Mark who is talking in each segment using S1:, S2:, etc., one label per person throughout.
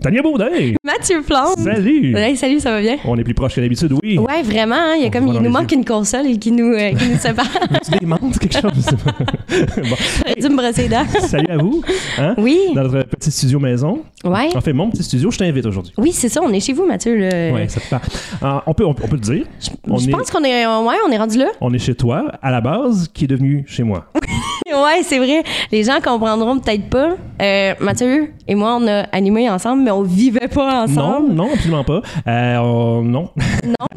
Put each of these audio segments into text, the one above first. S1: Tania Baudet!
S2: Mathieu Plante.
S1: Salut!
S2: Hey, salut, ça va bien?
S1: On est plus proche que d'habitude, oui.
S2: Oh! Ouais, vraiment, hein, il, y a
S1: On
S2: comme,
S1: voit
S2: il
S1: dans
S2: nous
S1: les
S2: manque une console et qui nous, euh, qui nous sépare.
S1: Tu démentes quelque chose? Bon.
S2: J'aurais dû me brosser les dents.
S1: Salut à vous, hein?
S2: Oui,
S1: Dans notre petit studio maison.
S2: ouais.
S1: En fait, mon petit studio, je t'invite aujourd'hui.
S2: Oui, c'est ça, on est chez vous, Mathieu. là.
S1: Ouais, ça te parle. Euh, on, peut, on, peut- on peut le dire.
S2: je
S1: on
S2: je
S1: est-
S2: pense qu'on est, ouais, on est rendu là.
S1: On est chez toi, à la base, qui est devenu chez moi.
S2: Ouais, c'est vrai. Les gens comprendront peut-être pas. Euh, Mathieu et moi, on a animé ensemble, mais on vivait pas
S1: Non,
S2: ensemble.
S1: non, absolument pas. Euh, on- non.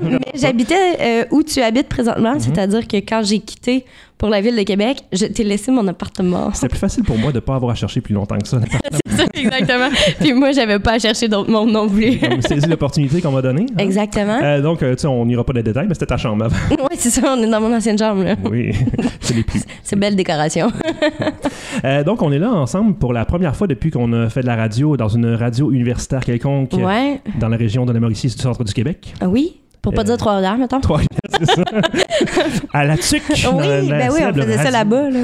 S2: mais j'habitais euh, où tu habites présentement,
S1: Mm-hmm.
S2: c'est-à-dire que quand j'ai quitté pour la ville de Québec, je t'ai laissé mon appartement.
S1: C'était plus facile pour moi de ne pas avoir à chercher plus longtemps que ça.
S2: C'est ça, exactement. Puis moi, j'avais pas à chercher d'autres mondes non plus.
S1: On saisit l'opportunité qu'on m'a donnée. hein.
S2: Exactement.
S1: Euh, donc, euh, tu sais, on n'ira pas dans les détails, mais c'était ta chambre avant.
S2: Ouais, c'est ça, on est dans mon ancienne chambre. là.
S1: Oui, c'est les plus.
S2: C'est belle décoration.
S1: Euh, donc, on est là ensemble pour la première fois depuis qu'on a fait de la radio dans une radio universitaire quelconque euh,
S2: Ouais.
S1: dans la région de la Mauricie du centre du Québec.
S2: Ah Oui, pour pas
S1: Euh,
S2: dire trois heures, mettons.
S1: Trois c'est ça. à la tuque. dans
S2: Oui,
S1: la- la
S2: ben oui, on
S1: célèbre
S2: faisait ça
S1: radio.
S2: là-bas. là.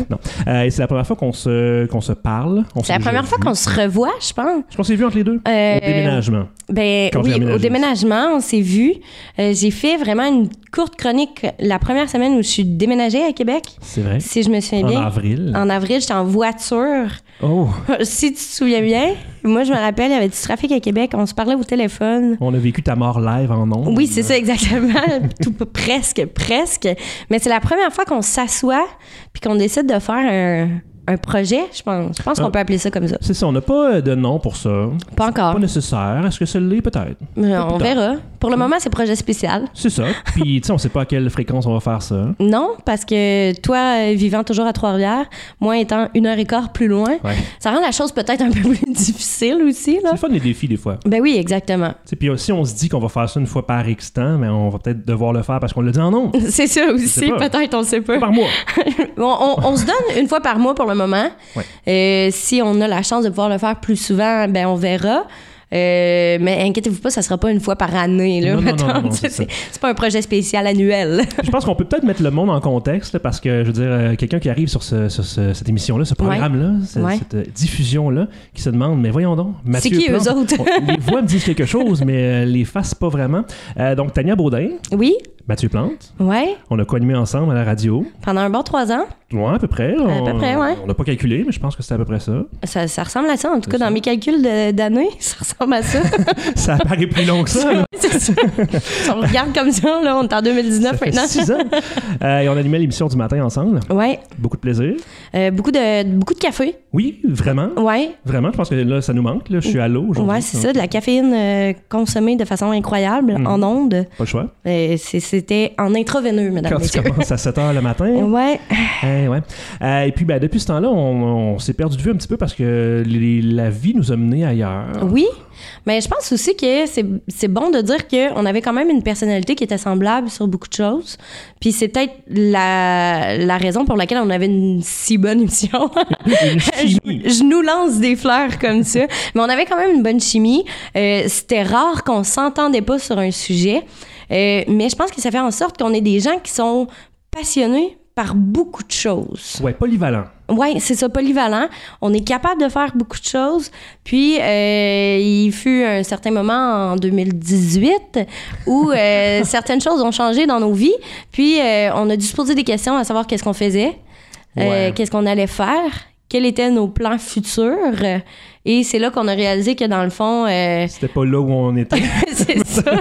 S1: Euh, et c'est la première fois qu'on se, qu'on se parle. On
S2: C'est
S1: s'est
S2: la
S1: déjà
S2: première fois
S1: vu.
S2: qu'on se revoit, je pense.
S1: Je pense qu'on s'est vu entre les deux.
S2: Euh,
S1: Au déménagement.
S2: Ben
S1: Quand j'ai
S2: oui, au
S1: déménagé.
S2: déménagement, on s'est vu. j'ai fait vraiment une courte chronique la première semaine où je suis déménagée à Québec,
S1: C'est vrai.
S2: si je me souviens
S1: En
S2: bien.
S1: avril.
S2: En avril, j'étais en voiture.
S1: Oh,
S2: si tu te souviens bien, moi je me rappelle, il y avait du trafic à Québec, on se parlait au téléphone.
S1: on a vécu ta mort live en ondes.
S2: Oui, c'est ça exactement, tout presque, presque. Mais c'est la première fois qu'on s'assoit puis qu'on décide de faire un, un projet, je pense. Je pense qu'on peut appeler ça comme ça.
S1: C'est ça, on n'a pas euh, de nom pour ça.
S2: Pas encore.
S1: Pas nécessaire. Est-ce que ça l'est peut-être?
S2: Mais
S1: tard.
S2: on
S1: Mm-hmm.
S2: verra. Pour le moment, c'est projet spécial.
S1: C'est ça. Puis, tu sais, on sait pas à quelle fréquence on va faire ça.
S2: Non, parce que toi, euh, vivant toujours à Trois-Rivières, moi étant une heure et quart plus loin,
S1: Ouais.
S2: ça rend la chose peut-être un peu plus difficile aussi,
S1: C'est
S2: là.
S1: le fun des défis, des fois.
S2: Ben oui, exactement.
S1: Tu sais, Puis, euh, si on se dit qu'on va faire ça une fois par X temps, mais on va peut-être devoir le faire parce qu'on le dit en non.
S2: C'est ça aussi,
S1: sais pas.
S2: peut-être, on sait pas.
S1: Par mois.
S2: Bon, on, on se donne une fois par mois pour le moment.
S1: Ouais.
S2: Euh, si on a la chance de pouvoir le faire plus souvent, ben on verra. Euh, mais inquiétez-vous pas, ça sera pas une fois par année. Là,
S1: Non, non, non,
S2: mettons.
S1: non, non,
S2: c'est
S1: c'est ça.
S2: c'est pas un projet spécial annuel.
S1: Je pense qu'on peut peut-être mettre le monde en contexte là, parce que, je veux dire, euh, quelqu'un qui arrive sur, ce- sur ce- cette émission-là, ce programme-là, ce-
S2: Ouais.
S1: cette euh, diffusion-là, qui se demande, mais voyons donc,
S2: C'est
S1: Mathieu
S2: qui eux
S1: Plante,
S2: autres?
S1: on- les voix me disent quelque chose, mais euh, les faces pas vraiment. Euh, donc, Tania Baudin,
S2: Oui,
S1: Mathieu Plante,
S2: ouais,
S1: on a co-animé ensemble à la radio.
S2: pendant un bon trois ans.
S1: Ouais, à peu près. On,
S2: près, ouais.
S1: On n'a pas calculé, mais je pense que c'était à peu près ça.
S2: Ça, ça ressemble à ça, en tout
S1: C'est
S2: cas, dans
S1: ça.
S2: mes calculs de- d'année, ça ressemble à ça.
S1: Ça paraît plus long que ça. là.
S2: C'est ça. Si on regarde comme ça, là, on est en 2019
S1: Ça fait
S2: maintenant.
S1: six ans. Euh, et on animait l'émission du matin ensemble.
S2: Ouais,
S1: Beaucoup de plaisir.
S2: Euh, beaucoup de beaucoup de café.
S1: Oui, vraiment.
S2: Ouais,
S1: Vraiment, je pense que là, ça nous manque. là. Je suis à l'eau aujourd'hui. hein.
S2: ouais, c'est ça, Mm. de la caféine euh, consommée de façon incroyable
S1: Mhm.
S2: en ondes.
S1: Pas le choix.
S2: Euh, c'est- C'était en intraveineux,
S1: Quand
S2: mesdames
S1: tu
S2: messieurs.
S1: commences à 7h le matin.
S2: Ouais,
S1: Eh ouais. Euh, et puis, ben, depuis ce temps-là, on, on s'est perdu de vue un petit peu parce que les- la vie nous a menés ailleurs.
S2: oui. Mais je pense aussi que c'est c'est bon de dire qu'on avait quand même une personnalité qui était semblable sur beaucoup de choses. Puis c'est peut-être la, la raison pour laquelle on avait une si bonne émission.
S1: Une chimie.
S2: je, je nous lance des fleurs comme ça. Mais on avait quand même une bonne chimie. Euh, C'était rare qu'on s'entendait pas sur un sujet. Euh, mais je pense que ça fait en sorte qu'on est des gens qui sont passionnés par beaucoup de choses.
S1: Ouais, polyvalent.
S2: Ouais, c'est ça, polyvalent. On est capable de faire beaucoup de choses. Puis, euh, il fut un certain moment en 2018 où euh, certaines choses ont changé dans nos vies. Puis, euh, on a dû se poser des questions à savoir qu'est-ce qu'on faisait, euh,
S1: Ouais.
S2: qu'est-ce qu'on allait faire, quels étaient nos plans futurs. Et c'est là qu'on a réalisé que, dans le fond, euh,
S1: C'était pas là où on était.
S2: c'est ça.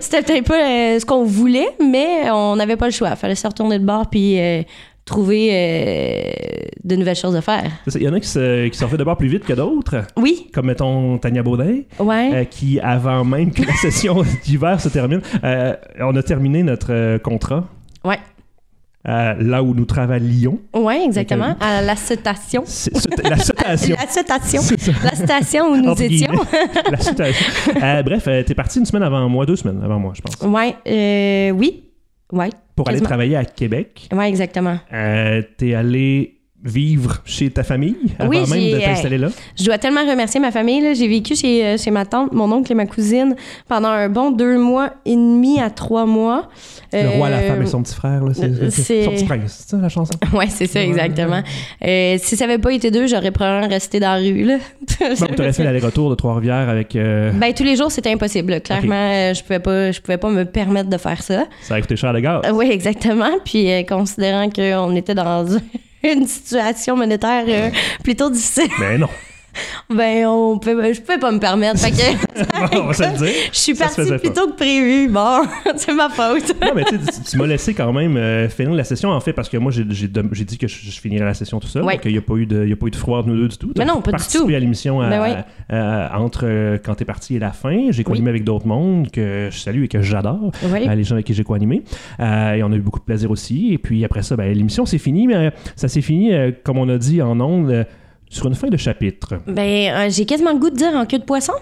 S2: C'était peut-être pas euh, ce qu'on voulait, mais on n'avait pas le choix. Fallait se retourner de bord puis euh, trouver euh, de nouvelles choses à faire.
S1: C'est ça. Il y en a qui, se, qui sont fait d'abord plus vite que d'autres.
S2: Oui,
S1: Comme, mettons, Tania Baudin.
S2: ouais.
S1: euh, qui, avant même que la session d'hiver se termine, euh, on a terminé notre euh, contrat.
S2: Ouais.
S1: Euh, là où nous travaillions.
S2: ouais, exactement. À la citation.
S1: C'est- c'est- la citation.
S2: La citation.
S1: C'est ça,
S2: La station où nous
S1: entre
S2: étions.
S1: guillemets. La citation. Euh, bref, euh, t'es parti une semaine avant moi, deux semaines avant moi, je pense,
S2: Ouais, euh, oui. Ouais,
S1: pour aller
S2: Quasiment.
S1: travailler à Québec.
S2: ouais, exactement.
S1: Euh, t'es allé vivre chez ta famille avant
S2: Oui,
S1: même
S2: j'ai, euh,
S1: de t'installer là.
S2: Je dois tellement remercier ma famille. là. J'ai vécu chez, euh, chez ma tante, mon oncle et ma cousine pendant un bon deux mois et demi à trois mois.
S1: Le roi, la
S2: Euh,
S1: femme et son petit frère, là, c'est,
S2: euh,
S1: c'est-
S2: c'est-
S1: son petit prince, c'est ça la chanson?
S2: Ouais, c'est ça,
S1: Ouais.
S2: exactement. Euh, si ça avait pas été deux, j'aurais probablement resté dans la rue. Là.
S1: Bon, t'aurais fait l'aller-retour de Trois-Rivières avec... euh,
S2: Ben, tous les jours, c'était impossible. là. Clairement, euh, je pouvais pas, je pouvais pas me permettre de faire ça.
S1: Ça a coûté cher le gars.
S2: Euh, Oui, exactement. Puis euh, considérant qu'on était dans une situation monétaire euh, plutôt difficile,
S1: Mais non,
S2: ben on peut, je pouvais pas me permettre. Fait que
S1: on va se le dire.
S2: je suis
S1: Ça se
S2: partie
S1: faisait
S2: plus tôt que prévu. Bon, c'est ma faute.
S1: Non, mais tu sais, tu- tu m'as laissé quand même euh, finir la session, en fait, parce que moi, j'ai, j'ai dem- j'ai dit que je, je finirais la session tout seul,
S2: Ouais.
S1: donc il n'y a, pas eu de- il y a pas eu de froid entre nous deux du tout.
S2: Mais
S1: T'as
S2: non, pas du
S1: participé
S2: tout.
S1: à l'émission à-
S2: Ben ouais.
S1: à- entre euh, quand t'es parti et la fin. J'ai co-animé avec d'autres mondes que je salue et que j'adore.
S2: Oui.
S1: euh, les gens avec qui j'ai co-animé. Euh, et on a eu beaucoup de plaisir aussi. Et puis après ça, ben, l'émission, c'est fini. Mais euh, ça s'est fini, euh, comme on a dit en ondes, euh, sur une fin de chapitre.
S2: Ben, euh, j'ai quasiment le goût de dire en queue de poisson.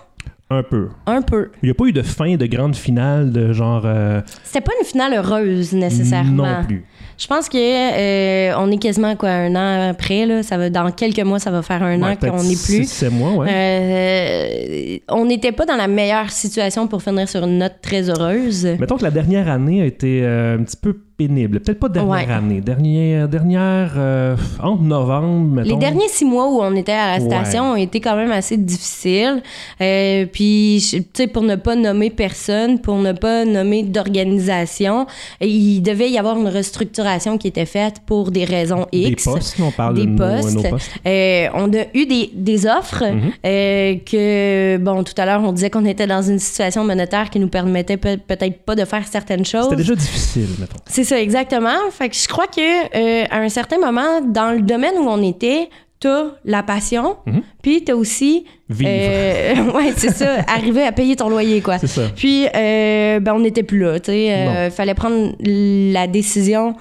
S1: Un peu.
S2: Un peu.
S1: Il n'y a pas eu de fin de grande finale de genre... euh,
S2: C'était pas une finale heureuse nécessairement.
S1: Non plus.
S2: Je pense que euh, on est quasiment quoi un an après là. Ça va dans quelques mois, ça va faire un
S1: Ouais,
S2: an qu'on
S1: peut-être
S2: n'est plus.
S1: six, sept mois, ouais.
S2: Euh, on n'était pas dans la meilleure situation pour finir sur une note très heureuse.
S1: Mettons que la dernière année a été euh, un petit peu pénible. Peut-être pas dernière
S2: Ouais.
S1: année. Dernière, dernière euh, entre novembre, mettons.
S2: Les derniers six mois où on était à la
S1: Ouais.
S2: station ont été quand même assez difficiles. Euh, puis, je- tu sais, pour ne pas nommer personne, pour ne pas nommer d'organisation, il devait y avoir une restructuration qui était faite pour des raisons
S1: Des
S2: X.
S1: postes, on parle
S2: des
S1: de nos-
S2: postes.
S1: nos postes. Mhm.
S2: Euh, on a eu des, des offres
S1: Mm.
S2: euh, que, bon, tout à l'heure, on disait qu'on était dans une situation monétaire qui nous permettait pe- peut-être pas de faire certaines choses.
S1: C'était déjà difficile, mettons.
S2: C'est ça, exactement. Fait que je crois que euh, à un certain moment, dans le domaine où on était, t'as la passion,
S1: Mhm.
S2: puis t'as aussi...
S1: Vivre.
S2: euh, ouais, c'est ça, arriver à payer ton loyer, quoi.
S1: C'est ça.
S2: Puis, euh, ben, on n'était plus là, tu sais. euh, fallait prendre la décision,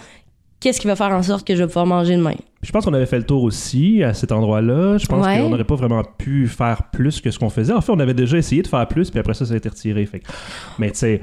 S2: qu'est-ce qui va faire en sorte que je vais pouvoir manger demain.
S1: Je pense qu'on avait fait le tour aussi à cet endroit-là. Je pense
S2: Ouais.
S1: qu'on n'aurait pas vraiment pu faire plus que ce qu'on faisait. En fait, on avait déjà essayé de faire plus, puis après ça, ça a été retiré. Fait. que- Mais tu sais,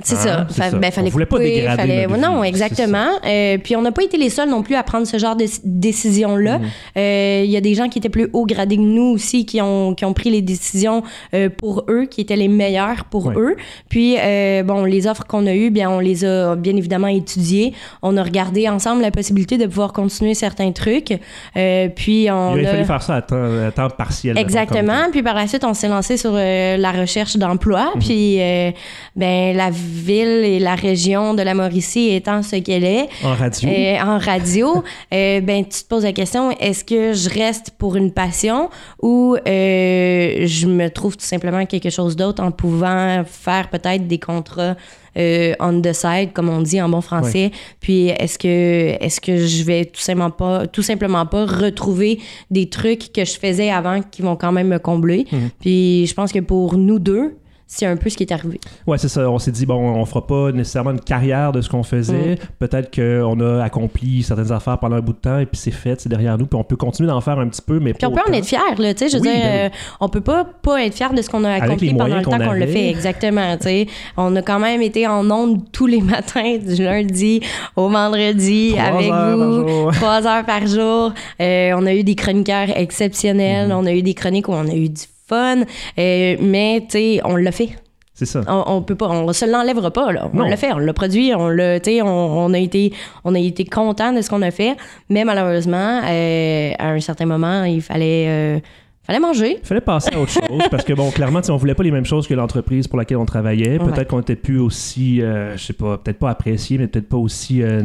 S2: C'est
S1: Hein,
S2: ça.
S1: c'est
S2: Fa-
S1: ça.
S2: Ben,
S1: On
S2: fallait
S1: voulait pas
S2: couper,
S1: dégrader
S2: fallait-
S1: notre vie,
S2: Non,
S1: c'est
S2: exactement. Euh, puis on n'a pas été les seuls non plus à prendre ce genre de s-
S1: Mm.
S2: décision-là. Euh, Il y a des gens qui étaient plus haut gradés que nous aussi qui ont, qui ont pris les décisions euh, pour eux, qui étaient les meilleures pour
S1: Ouais.
S2: eux. Puis, euh, bon, les offres qu'on a eues, bien, on les a bien évidemment étudiées. On a regardé ensemble la possibilité de pouvoir continuer certains trucs. Euh, puis,
S1: il
S2: on
S1: aurait
S2: a...
S1: fallu faire ça à temps, à temps partiel. mettons, comme
S2: Exactement. Puis par la suite, on s'est lancé sur euh, la recherche d'emploi.
S1: Mhm.
S2: Puis, euh, ben, la ville et la région de la Mauricie étant ce qu'elle est,
S1: ça. En radio.
S2: euh, en radio, euh, ben, tu te poses la question est-ce que je reste pour une passion ou euh, je me trouve tout simplement quelque chose d'autre en pouvant faire peut-être des contrats euh, on the side, comme on dit en bon français. Puis est-ce que est-ce que je vais tout simplement pas tout simplement pas retrouver des trucs que je faisais avant qui vont quand même me combler. Puis je pense que pour nous deux, c'est un peu ce qui est arrivé.
S1: Ouais, c'est ça. On s'est dit, bon, on fera pas nécessairement une carrière de ce qu'on faisait.
S2: Mm.
S1: Peut-être qu'on a accompli certaines affaires pendant un bout de temps et puis c'est fait, c'est derrière nous. Puis on peut continuer d'en faire un petit peu, mais
S2: Puis
S1: pas
S2: on peut en
S1: autant.
S2: être fier, là, tu sais, je veux
S1: Oui,
S2: dire,
S1: ben
S2: euh, on peut pas pas être fier de ce qu'on a
S1: Avec
S2: accompli
S1: les
S2: pendant
S1: moyens
S2: le temps
S1: qu'on
S2: qu'on le
S1: avait.
S2: fait, exactement, tu sais. On a quand même été en ondes tous les matins, du lundi au vendredi,
S1: Trois
S2: avec
S1: heures par
S2: vous,
S1: jour.
S2: trois heures par jour. Euh, on a eu des chroniqueurs
S1: Mm-hmm.
S2: exceptionnels, on a eu des chroniques où on a eu du fun, euh, mais, tu sais, on l'a fait.
S1: C'est ça.
S2: On, on peut pas, on se l'enlèvera pas, là. On
S1: Non.
S2: l'a fait, on l'a produit, on l'a, tu sais, on, on a été, on a été content de ce qu'on a fait, mais malheureusement, euh, à un certain moment, il fallait, euh, fallait manger.
S1: fallait passer à autre chose parce que bon clairement tu sais, on voulait pas les mêmes choses que l'entreprise pour laquelle on travaillait peut-être
S2: Ouais.
S1: qu'on était plus aussi euh, je sais pas peut-être pas apprécié mais peut-être pas aussi euh,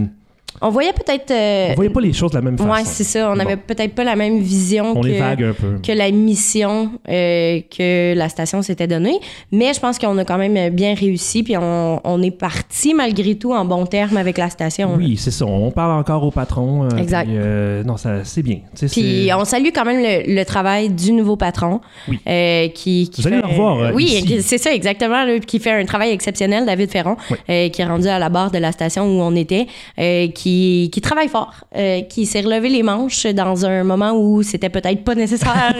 S2: On voyait peut-être, euh,
S1: on voyait pas les choses de la même façon
S2: ouais, c'est ça, on
S1: Bon.
S2: n'avait peut-être pas la même vision
S1: on
S2: que,
S1: est vague un peu
S2: que la mission euh, que la station s'était donnée, mais je pense qu'on a quand même bien réussi, puis on, on est parti malgré tout en bon terme avec la station. là.
S1: oui c'est ça on parle encore au patron euh,
S2: Exact.
S1: puis, euh, non ça c'est bien Tu sais,
S2: Puis
S1: c'est-
S2: on salue quand même le, le travail du nouveau patron.
S1: Oui.
S2: euh, qui, qui
S1: Vous allez
S2: fait-
S1: le revoir, euh,
S2: oui,
S1: ici.
S2: qui- c'est ça, exactement. là, qui fait un travail exceptionnel, David Ferron,
S1: Oui.
S2: euh, qui est rendu à la barre de la station où on était, euh, qui, qui travaille fort, euh, qui s'est relevé les manches dans un moment où c'était peut-être pas nécessaire,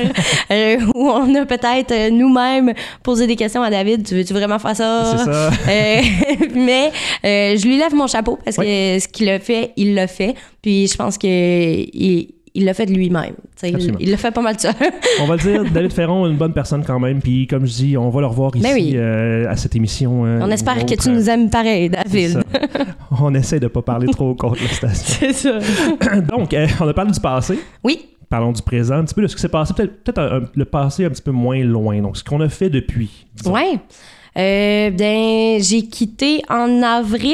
S2: euh, où on a peut-être euh, nous-mêmes posé des questions à David. Tu veux-tu vraiment faire ça?
S1: c'est ça
S2: Euh, mais euh, je lui lève mon chapeau parce que ce qu'il a fait, il l'a fait. Puis je pense que il, il l'a fait de lui-même. Tu sais, Il,
S1: Absolument.
S2: il l'a fait pas mal de ça.
S1: On va le dire, David Ferron, une bonne personne quand même. Puis comme je dis, on va le revoir ici
S2: Mais Ben oui.
S1: euh, à cette émission. euh,
S2: On espère
S1: ou
S2: que
S1: autre.
S2: tu nous aimes pareil,
S1: C'est
S2: David.
S1: ça. On essaie de pas parler trop contre la station.
S2: C'est ça.
S1: Donc, euh, on a parlé du passé.
S2: Oui.
S1: Parlons du présent, un petit peu de ce qui s'est passé, peut-être peut-être un- un- le passé un petit peu moins loin. Donc, ce qu'on a fait depuis. disons.
S2: Ouais. Euh, ben, j'ai quitté en avril.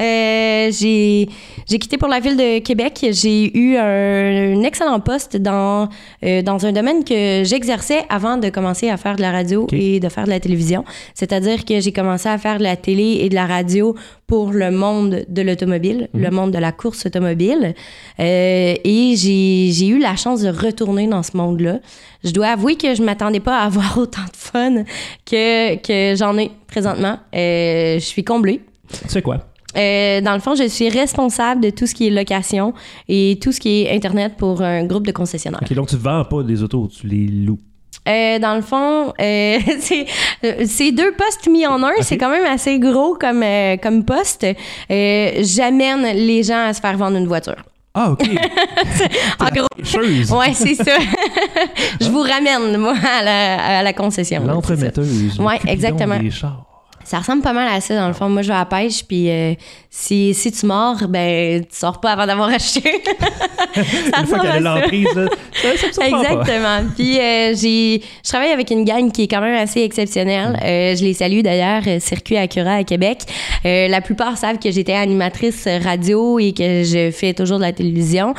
S2: Euh, j'ai j'ai quitté pour la ville de Québec. J'ai eu un, un excellent poste dans, euh, dans un domaine que j'exerçais avant de commencer à faire de la radio
S1: Ok.
S2: et de faire de la télévision. C'est-à-dire que j'ai commencé à faire de la télé et de la radio pour le monde de l'automobile, le monde de la course automobile. Euh, et j'ai j'ai eu la chance de retourner dans ce monde-là. Je dois avouer que je m'attendais pas à avoir autant de fun que, que j'en ai présentement. Euh, je suis comblée.
S1: Tu sais quoi?
S2: Euh, dans le fond, je suis responsable de tout ce qui est location et tout ce qui est Internet pour un groupe de concessionnaires.
S1: Ok, donc tu vends pas des autos, tu les loues.
S2: Euh, dans le fond, euh, c'est euh, c'est deux postes mis en un. C'est quand même assez gros comme, euh, comme poste. Euh, J'amène les gens à se faire vendre une voiture.
S1: Ah, ok. Ah,
S2: En gros,
S1: Chose.
S2: ouais, c'est ça. je vous ramène, moi, à la, à la concession. C'est ça.
S1: L'entremetteuse. le
S2: Ouais,
S1: cupidon
S2: exactement.
S1: Des chars.
S2: Ça ressemble pas mal à ça, dans le fond. Moi, je vais à la pêche, puis euh, si, si tu mords, ben, tu sors pas avant d'avoir acheté. ça
S1: Une fois
S2: ressemble
S1: qu'elle a
S2: à ça.
S1: l'emprise, là, ça, ça me surprend pas.
S2: Exactement. Puis euh, j'ai, je travaille avec une gang qui est quand même assez exceptionnelle.
S1: Mm.
S2: Euh, je les salue d'ailleurs, euh, Circuit Acura à Québec. Euh, la plupart savent que j'étais animatrice radio et que je fais toujours de la télévision.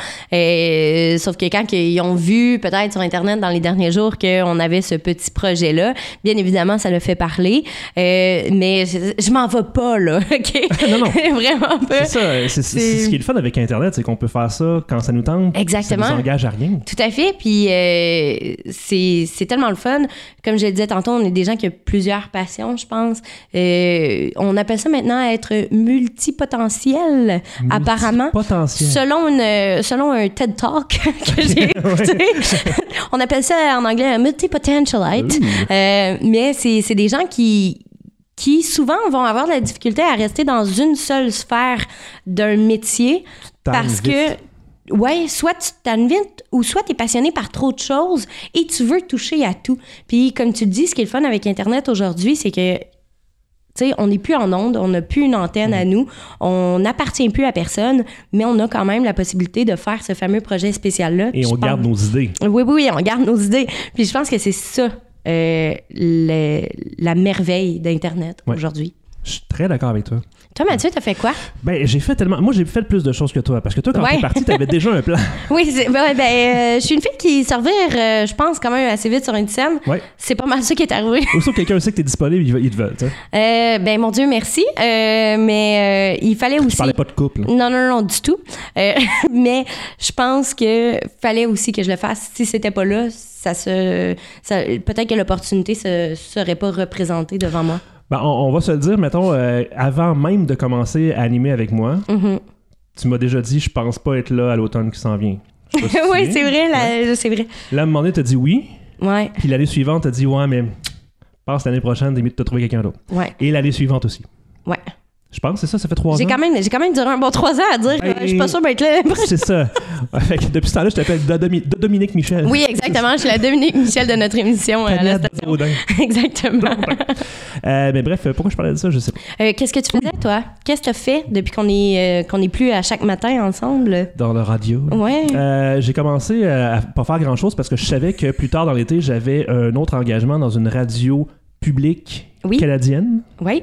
S2: Euh, sauf que quand ils ont vu peut-être sur Internet dans les derniers jours qu'on avait ce petit projet-là, bien évidemment, ça le fait parler. Euh, mais je, je m'en vais pas, là. OK?
S1: Non, non.
S2: Vraiment pas.
S1: C'est ça, euh, c'est- c'est c'est ce qui est le fun avec Internet, c'est qu'on peut faire ça quand ça nous tente.
S2: Exactement.
S1: Ça nous engage à rien.
S2: Tout à fait. Puis euh, c'est c'est tellement le fun. Comme je le disais tantôt, on est des gens qui ont plusieurs passions, je pense. Euh, on appelle ça maintenant être multipotentiel, apparemment.
S1: Potentiel.
S2: Selon, une, euh, selon un TED Talk que j'ai écouté, on appelle ça en anglais un multipotentialite. Euh, mais c'est c'est des gens qui, qui souvent vont avoir de la difficulté à rester dans une seule sphère d'un métier
S1: tannes
S2: parce
S1: vite.
S2: que, ouais, soit tu t'invites ou soit tu es passionné par trop de choses et tu veux toucher à tout. Puis, comme tu le dis, ce qui est le fun avec Internet aujourd'hui, c'est que tu sais, on n'est plus en onde, on n'a plus une antenne
S1: Mhm.
S2: à nous, on n'appartient plus à personne, mais on a quand même la possibilité de faire ce fameux projet spécial-là.
S1: Et
S2: Puis
S1: on
S2: je
S1: garde
S2: pense-
S1: nos idées.
S2: Oui, oui, oui, on garde nos idées. Puis je pense que c'est ça, euh, le- la merveille d'Internet
S1: Ouais.
S2: aujourd'hui.
S1: Je suis très d'accord avec toi.
S2: Toi, Mathieu, t'as fait quoi?
S1: Ben, j'ai fait tellement. Moi, j'ai fait plus de choses que toi. Parce que toi, quand
S2: Ouais.
S1: t'es parti, t'avais déjà un plan.
S2: Oui, c'est- ben, ouais, ben, euh, je suis une fille qui se revire, euh, je pense, quand même assez vite sur une scène.
S1: Ouais.
S2: C'est pas mal ça qui est arrivé.
S1: Ou sauf quelqu'un sait que t'es disponible, il, va- il te veut. tu sais.
S2: Euh, ben, mon Dieu, merci. Euh, mais euh, il fallait
S1: Je
S2: aussi.
S1: parlais pas de couple. hein.
S2: Non, non, non, du tout. Euh, mais je pense que fallait aussi que je le fasse. Si c'était pas là, ça se, ça- peut-être que l'opportunité se serait pas représentée devant moi.
S1: Ben, on, on va se le dire, mettons, euh, avant même de commencer à animer avec moi,
S2: Mhm.
S1: tu m'as déjà dit, je pense pas être là à l'automne qui s'en vient. Je sais pas si tu te
S2: oui,
S1: souviens.
S2: c'est vrai, la- c'est vrai.
S1: Là, à un moment donné, t'as dit oui.
S2: Ouais,
S1: Puis l'année suivante, t'as dit, ouais, mais passe l'année prochaine, t'es mieux de te trouver quelqu'un d'autre.
S2: ouais,
S1: Et l'année suivante aussi.
S2: ouais.
S1: Je pense, c'est ça, ça fait trois
S2: J'ai
S1: ans.
S2: quand même, j'ai quand même duré un bon trois ans à dire.
S1: Ben,
S2: euh, je suis pas sûre d'être là.
S1: C'est ça. Ouais, fait que depuis ce temps-là, je t'appelle de, Domi- de Dominique Michel.
S2: Oui, exactement. Je suis la Dominique Michel de notre émission. euh, à
S1: Tania
S2: la station.
S1: Baudin.
S2: Exactement.
S1: Euh, mais bref, pourquoi je parlais de ça, je sais pas.
S2: Euh, Qu'est-ce que tu faisais, toi? Qu'est-ce que tu as fait depuis qu'on est, euh, qu'on est plus à chaque matin ensemble?
S1: Dans la radio. là.
S2: Ouais.
S1: Euh, j'ai commencé euh, à pas faire grand chose parce que je savais que plus tard dans l'été, j'avais un autre engagement dans une radio publique
S2: Oui.
S1: canadienne.
S2: Oui.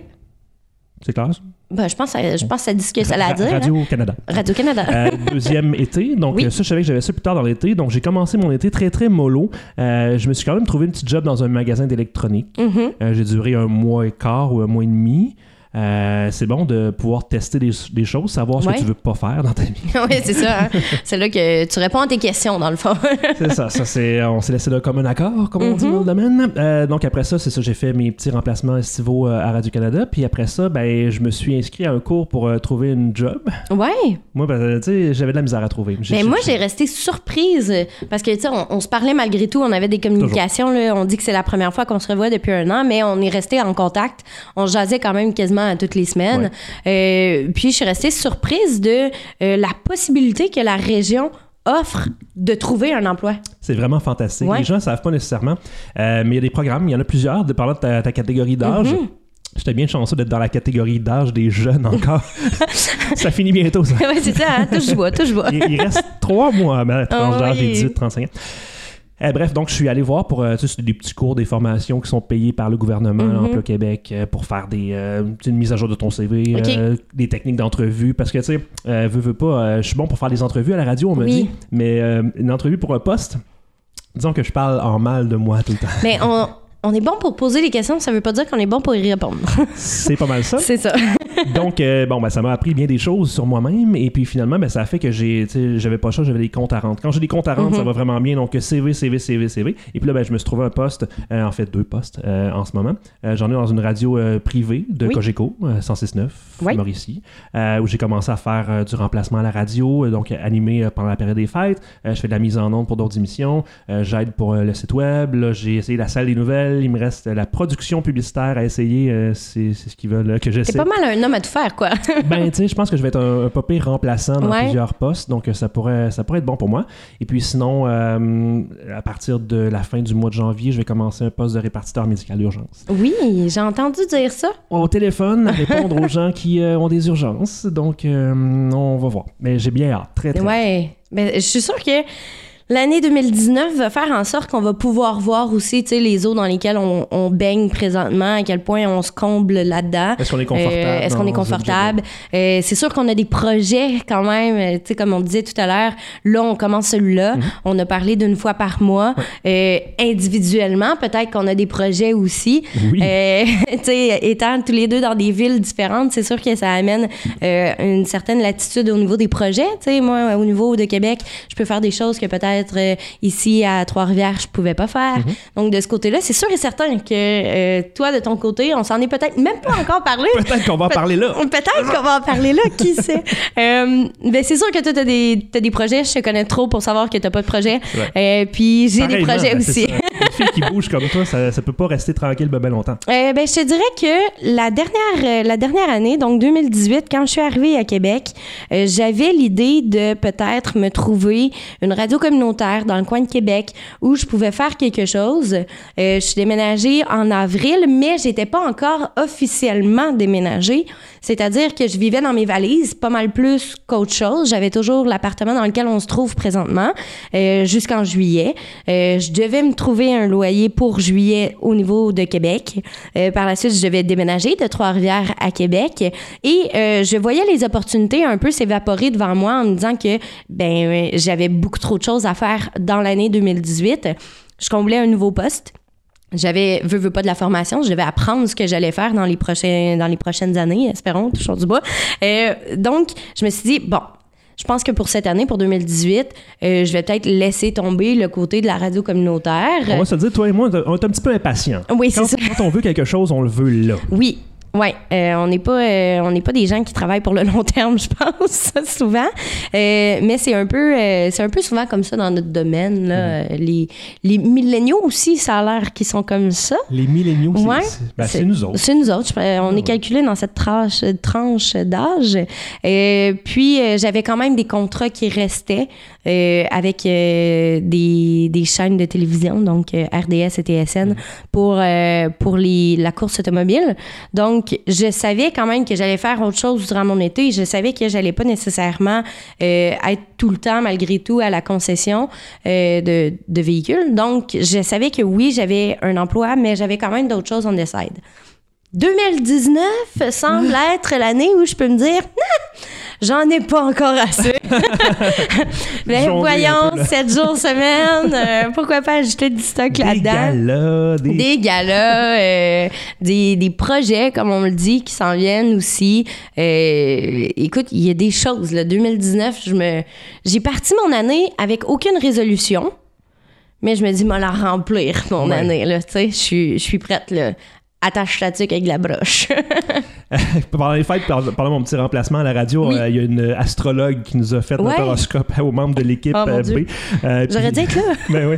S1: C'est clair, ça?
S2: Ben, je pense, que- je pense que ça dit ce que ça a à
S1: Ra-
S2: dire. hein?
S1: Radio Canada.
S2: Radio-Canada.
S1: Euh, deuxième été. Donc,
S2: Oui.
S1: euh, ça, je savais que j'avais ça plus tard dans l'été. Donc, j'ai commencé mon été très, très mollo. Euh, je me suis quand même trouvé une petite job dans un magasin d'électronique.
S2: Mhm.
S1: Euh, j'ai duré un mois et quart ou un mois et demi. Euh, c'est bon de pouvoir tester des, des choses, savoir ce
S2: Ouais.
S1: que tu veux pas faire dans ta vie.
S2: oui, c'est ça. hein. C'est là que tu réponds à tes questions, dans le fond.
S1: C'est ça, ça c'est, on s'est laissé d'un commun accord, comme on dit
S2: Mhm.
S1: dans le domaine. Euh, donc après ça, c'est ça, j'ai fait mes petits remplacements estivaux euh, à Radio-Canada. Puis après ça, ben, je me suis inscrit à un cours pour euh, trouver une job.
S2: ouais.
S1: Moi, ben, euh, tu sais, j'avais de la misère à trouver.
S2: Mais Ben, moi, j'ai resté surprise euh, parce que, tu sais, on, on se parlait malgré tout, on avait des communications, là, on dit que c'est la première fois qu'on se revoit depuis un an, mais on est resté en contact. On se jasait quand même quasiment à toutes les semaines. Euh, puis, je suis restée surprise de euh, la possibilité que la région offre de trouver un emploi.
S1: C'est vraiment fantastique.
S2: Ouais.
S1: Les gens ne savent pas nécessairement, euh, mais il y a des programmes, il y en a plusieurs, dépendant de ta, ta catégorie d'âge.
S2: Mhm.
S1: J'étais bien chanceux d'être dans la catégorie d'âge des jeunes encore. ça finit bientôt, ça.
S2: oui, c'est ça, hein? touche bois, touche bois.
S1: Il, il reste trois mois à ma tranche
S2: Ah
S1: d'âge des
S2: oui.
S1: 18-35 ans. Eh, bref, donc je suis allé voir pour euh, tu sais, c'est des petits cours, des formations qui sont payées par le gouvernement,
S2: Mhm.
S1: l'Emploi Québec, euh, pour faire des euh, tu sais, une mise à jour de ton CV,
S2: Ok.
S1: euh, des techniques d'entrevue. Parce que, tu sais, euh, veux, veux pas, euh, je suis bon pour faire des entrevues à la radio, on me
S2: Oui.
S1: dit, mais euh, une entrevue pour un poste, disons que je parle en mal de moi tout le temps.
S2: Mais on, on est bon pour poser les questions, ça veut pas dire qu'on est bon pour y répondre.
S1: C'est pas mal ça.
S2: c'est ça.
S1: Donc, euh, bon, ben, ça m'a appris bien des choses sur moi-même. Et puis finalement, ben, ça a fait que j'ai, tu sais, j'avais pas ça, j'avais des comptes à rendre. Quand j'ai des comptes à
S2: Mhm.
S1: rendre, ça va vraiment bien. Donc, CV, CV, CV, CV. Et puis là, ben, je me suis trouvé un poste, euh, en fait, deux postes euh, en ce moment. Euh, j'en ai dans une radio euh, privée de
S2: Oui.
S1: Cogeco, euh, 106.9,
S2: Oui.
S1: Mauricie, euh, où j'ai commencé à faire euh, du remplacement à la radio, euh, donc euh, animé euh, pendant la période des fêtes. Euh, je fais de la mise en onde pour d'autres émissions. Euh, J'aide pour euh, le site web. Là, j'ai essayé la salle des nouvelles. Il me reste euh, la production publicitaire à essayer. Euh, c'est, c'est ce qu'ils veulent euh, que j'essaie.
S2: T'es pas mal un homme à tout faire, quoi.
S1: Ben, tu sais, je pense que je vais être un, un pas pire remplaçant dans
S2: Ouais.
S1: plusieurs postes, donc euh, ça pourrait, ça pourrait être bon pour moi. Et puis sinon, euh, à partir de la fin du mois de janvier, je vais commencer un poste de répartiteur médical d'urgence.
S2: Oui, j'ai entendu dire ça.
S1: Au téléphone, à répondre aux gens qui euh, ont des urgences, donc euh, on va voir. Mais j'ai bien hâte, très très.
S2: Ouais. Mais je suis sûre que l'année 2019 va faire en sorte qu'on va pouvoir voir aussi tu sais, les eaux dans lesquelles on, on baigne présentement, à quel point on se comble là-dedans.
S1: Est-ce qu'on est confortable?
S2: Euh, Est-ce qu'on
S1: dans
S2: est
S1: ce
S2: confortable? Euh, c'est sûr qu'on a des projets quand même. euh, tu sais, comme on disait tout à l'heure, là, on commence celui-là.
S1: Mm-hmm.
S2: On a parlé d'une fois par mois. Euh, individuellement, peut-être qu'on a des projets aussi.
S1: Oui.
S2: Euh, tu sais, étant tous les deux dans des villes différentes, c'est sûr que ça amène euh, une certaine latitude au niveau des projets. Tu sais, moi, au niveau de Québec, je peux faire des choses que peut-être euh, ici à Trois-Rivières, je pouvais pas faire.
S1: Mm-hmm.
S2: Donc, de ce côté-là, c'est sûr et certain que euh, toi, de ton côté, on s'en est peut-être même pas encore parlé.
S1: Peut-être qu'on va en
S2: Peut-
S1: parler là.
S2: Peut-être qu'on va en parler là, qui sait. Euh, ben c'est sûr que toi, t'as des, t'as des projets. Je te connais trop pour savoir que t'as pas de projet. Euh, puis j'ai des
S1: Pareillement,
S2: projets
S1: ben, c'est
S2: aussi.
S1: ça. Une fille qui bouge comme toi, ça, ça peut pas rester tranquille ben, ben longtemps.
S2: Euh, ben, je te dirais que la dernière, euh, la dernière année, donc 2018, quand je suis arrivée à Québec, euh, j'avais l'idée de peut-être me trouver une radio communautaire dans le coin de Québec où je pouvais faire quelque chose. Euh, je suis déménagée en avril, mais j'étais pas encore officiellement déménagée. C'est-à-dire que je vivais dans mes valises pas mal plus qu'autre chose. J'avais toujours l'appartement dans lequel on se trouve présentement euh, jusqu'en juillet. Euh, je devais me trouver un loyer pour juillet au niveau de Québec. Euh, par la suite, je devais déménager de Trois-Rivières à Québec. Et euh, je voyais les opportunités un peu s'évaporer devant moi en me disant que ben, euh, j'avais beaucoup trop de choses à faire dans l'année 2018. Je comblais un nouveau poste j'avais veux veux pas de la formation, je devais apprendre ce que j'allais faire dans les prochains dans les prochaines années, espérons toujours du bois. Euh, donc je me suis dit bon, je pense que pour cette année pour 2018, euh, je vais peut-être laisser tomber le côté de la radio communautaire.
S1: On va se le dire, toi et moi, on est un petit peu impatients.
S2: Oui, c'est
S1: Ah Quand-
S2: ça.
S1: Quand on veut quelque chose, on le veut là.
S2: Oui. Ouais, euh, on n'est pas euh, on n'est pas des gens qui travaillent pour le long terme, je pense souvent. Euh, mais c'est un peu euh, c'est un peu souvent comme ça dans notre domaine là. Euh, Les les milléniaux aussi, ça a l'air qu'ils sont comme ça.
S1: Les milléniaux, c'est-
S2: Ouais.
S1: c'est ben, c'est nous autres.
S2: C'est nous autres. Je- euh, On est calculé dans cette tranche, tranche d'âge. Euh, puis, euh, j'avais quand même des contrats qui restaient euh, avec euh, des, des chaînes de télévision, donc euh, RDS et
S1: Mm-hmm.
S2: TSN, pour, euh, pour les, la course automobile. Donc, je savais quand même que j'allais faire autre chose durant mon été. Je savais que j'allais pas nécessairement euh, être tout le temps, malgré tout, à la concession euh, de, de véhicules. Donc, je savais que oui, j'avais un emploi, mais j'avais quand même d'autres choses on the side. 2019 semble
S1: Ah.
S2: être l'année où je peux me dire Ah, j'en ai pas encore assez.
S1: Jongler
S2: Mais
S1: un peu,
S2: voyons,
S1: là.
S2: 7 jours semaine, euh, pourquoi pas ajouter du stock
S1: Des
S2: là-dedans?
S1: galas, des-
S2: Des galas, euh, des, des projets, comme on le dit, qui s'en viennent aussi. Euh, écoute, il y a des choses. Là. 2019, je me, j'ai parti mon année avec aucune résolution, mais je me dis, moi, la remplir, mon
S1: Ouais.
S2: année. Là, tu sais, je suis- je suis prête. Là. Attache la tuque avec de la broche.
S1: Pendant les fêtes, par- pendant mon petit remplacement à la radio,
S2: Oui.
S1: euh, il y a une astrologue qui nous a fait notre
S2: Ouais.
S1: horoscope aux membres de l'équipe
S2: Oh, mon
S1: euh,
S2: Dieu.
S1: B. Euh, puis-
S2: J'aurais dit être là.
S1: Ben oui.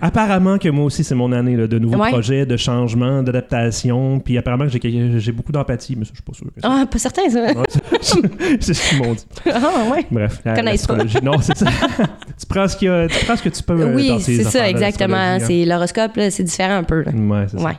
S1: Apparemment que moi aussi, c'est mon année là, de nouveaux
S2: Ouais.
S1: projets, de changements, d'adaptation. Puis apparemment que j'ai que- j'ai beaucoup d'empathie, mais ça, je suis pas sûr. que ça-
S2: Ah, pas certain, ça.
S1: Non, c'est c'est ce qu'ils m'ont dit.
S2: Ah, ouais.
S1: Bref, euh,
S2: Connaissent pas.
S1: l'astrologie. Non, c'est ça. Tu prends ce, qu'il y a- tu prends ce que tu peux. euh, dans
S2: oui,
S1: ces
S2: c'est ça,
S1: affaires-là
S2: exactement.
S1: d'astrologie,
S2: C'est l'horoscope, là, c'est différent un peu. là.
S1: hein. Ouais, c'est ça.
S2: Ouais.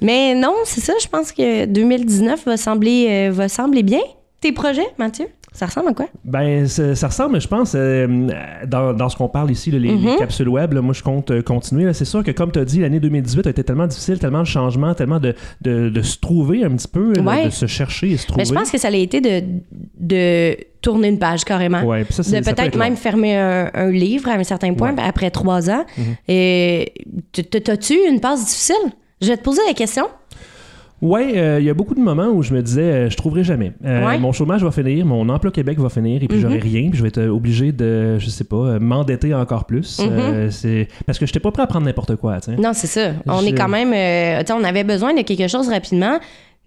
S2: Mais non, c'est ça, je pense que 2019 va sembler, euh, va sembler bien. Tes projets, Mathieu, ça ressemble à quoi?
S1: Ben, ça, ça ressemble, je pense, euh, dans, dans ce qu'on parle ici, là, les,
S2: Mhm.
S1: les capsules web, là, moi, je compte euh, continuer. là. C'est sûr que, comme tu as dit, l'année 2018 a été tellement difficile, tellement de changements, tellement de, de, de se trouver un petit peu, là,
S2: Ouais.
S1: de se chercher et se trouver.
S2: Mais Ben, je pense que ça a été de, de tourner une page carrément.
S1: Ouais, puis ça, c'est-
S2: hein, de
S1: ça peut
S2: peut-être
S1: être
S2: même
S1: long.
S2: fermer un, un livre à un certain point
S1: Ouais. Mhm.
S2: ben, après trois ans. Et t- t- T'as-tu eu une passe difficile? Je vais te poser la question.
S1: Ouais, euh, il y a beaucoup de moments où je me disais, euh, je trouverai jamais. Euh,
S2: Ouais. Mhm.
S1: Mon chômage va finir, mon emploi Québec va finir, et puis j'aurai rien, puis je vais être euh, obligé de, je sais pas, euh, m'endetter encore plus.
S2: Mhm.
S1: Euh, c'est parce que je n'étais pas prêt à prendre n'importe quoi, tu sais.
S2: Non, c'est ça. On
S1: Je-
S2: est quand même. euh, tu sais, on avait besoin de quelque chose rapidement,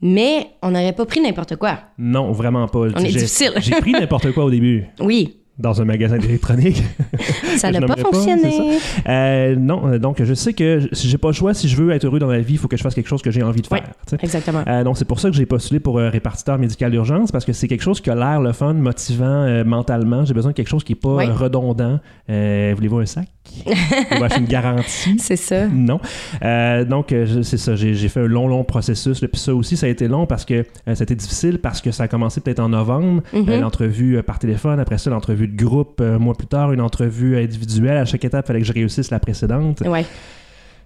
S2: mais on n'aurait pas pris n'importe quoi.
S1: Non, vraiment pas.
S2: est
S1: J'ai-
S2: difficile.
S1: J'ai pris n'importe quoi au début
S2: Oui,
S1: dans un magasin d'électronique.
S2: ça
S1: Je
S2: n'a pas
S1: nommerai pas,
S2: fonctionné.
S1: Euh, non, euh, donc je sais que j- si j'ai pas le choix, si je veux être heureux dans la vie, il faut que je fasse quelque chose que j'ai envie de
S2: Ouais.
S1: faire. tu sais.
S2: Exactement.
S1: Euh, donc c'est pour ça que j'ai postulé pour un répartiteur médical d'urgence parce que c'est quelque chose qui a l'air le fun, motivant euh, mentalement. J'ai besoin de quelque chose qui est pas
S2: Ouais.
S1: euh, redondant. Euh, Voulez-vous un sac On va acheter une garantie.
S2: C'est ça.
S1: Non. Euh, donc, euh, je- c'est ça. J'ai j'ai fait un long, long processus. là. Puis ça aussi, ça a été long parce que euh, ça a été difficile parce que ça a commencé peut-être en novembre.
S2: Mhm.
S1: Euh, l'entrevue euh, par téléphone, après ça, l'entrevue de groupe, euh, un mois plus tard, une entrevue individuelle. À chaque étape, il fallait que je réussisse la précédente.
S2: Ouais.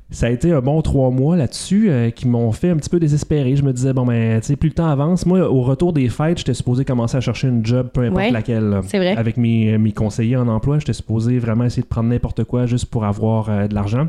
S1: Ça a été un bon trois mois là-dessus euh, qui m'ont fait un petit peu désespéré. Je me disais, bon, ben, tu sais, plus le temps avance. Moi, au retour des fêtes, j'étais supposé commencer à chercher une job, peu importe
S2: Ouais,
S1: laquelle. là.
S2: c'est vrai.
S1: Avec mes, euh, mes conseillers en emploi, j'étais supposé vraiment essayer de prendre n'importe quoi juste pour avoir euh, de l'argent.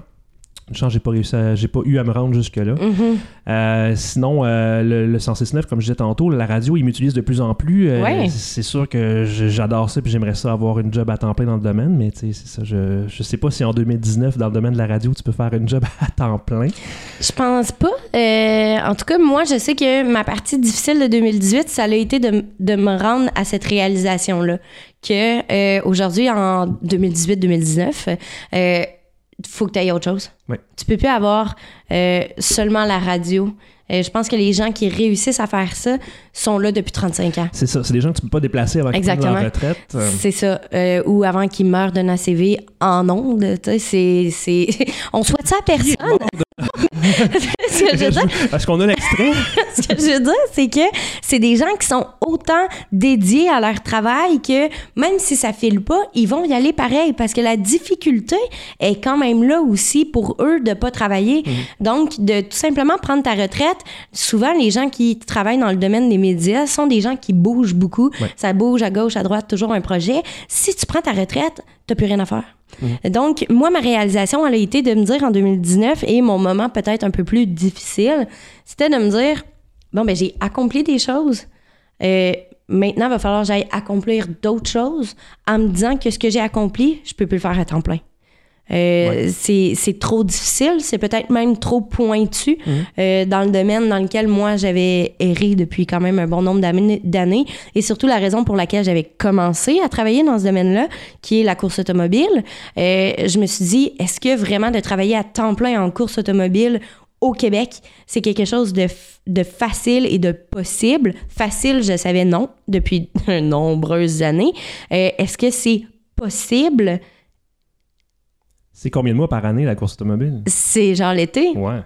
S1: Une chance, j'ai pas réussi, à- j'ai pas eu à me rendre jusque-là.
S2: Mhm.
S1: Euh, sinon, euh, le, le 106.9, comme je disais tantôt, la radio, ils m'utilisent de plus en plus. Euh,
S2: Ouais.
S1: C'est sûr que je- j'adore ça puis j'aimerais ça avoir une job à temps plein dans le domaine, mais tu sais, c'est ça. Je, je sais pas si en 2019, dans le domaine de la radio, tu peux faire une job à temps plein.
S2: Je pense pas. Euh, en tout cas, moi, je sais que ma partie difficile de 2018, ça a été de, m- de me rendre à cette réalisation-là. Que euh, aujourd'hui, en 2018-2019, euh, faut que tu ailles autre chose.
S1: Ouais.
S2: Tu peux plus avoir euh, seulement la radio. Euh, je pense que les gens qui réussissent à faire ça sont là depuis 35 ans.
S1: C'est ça. C'est des gens que tu peux pas déplacer avant qu'ils prennent
S2: Exactement.
S1: leur retraite. Euh,
S2: C'est ça. Euh, ou avant qu'ils meurent d'un ACV en ondes. tu sais, c'est- c'est- On souhaite ça à personne. Ce que Ah, je veux dire,
S1: Euh, Est-ce qu'on a l'extrait?
S2: ce que je veux dire, c'est que c'est des gens qui sont autant dédiés à leur travail que même si ça file pas, ils vont y aller pareil parce que la difficulté est quand même là aussi pour eux de pas travailler. Donc, de tout simplement prendre ta retraite, souvent les gens qui travaillent dans le domaine des médias sont des gens qui bougent beaucoup.
S1: Ouais.
S2: Ça bouge à gauche, à droite, toujours un projet. Si tu prends ta retraite, t'as plus rien à faire. Donc, moi, ma réalisation, elle a été de me dire en 2019, et mon moment peut-être un peu plus difficile, c'était de me dire, bon, ben j'ai accompli des choses. Euh, maintenant, il va falloir que j'aille accomplir d'autres choses en me disant que ce que j'ai accompli, je peux plus le faire à temps plein. Euh,
S1: Ouais.
S2: c'est- C'est trop difficile, c'est peut-être même trop pointu euh, dans le domaine dans lequel moi j'avais erré depuis quand même un bon nombre d'années- d'années et surtout la raison pour laquelle j'avais commencé à travailler dans ce domaine-là, qui est la course automobile. Euh, je me suis dit, est-ce que vraiment de travailler à temps plein en course automobile au Québec, c'est quelque chose de, f- de facile et de possible. Facile, je savais non depuis de nombreuses années. Euh, Est-ce que c'est possible?
S1: C'est combien de mois par année la course automobile?
S2: C'est genre l'été.
S1: Ouais.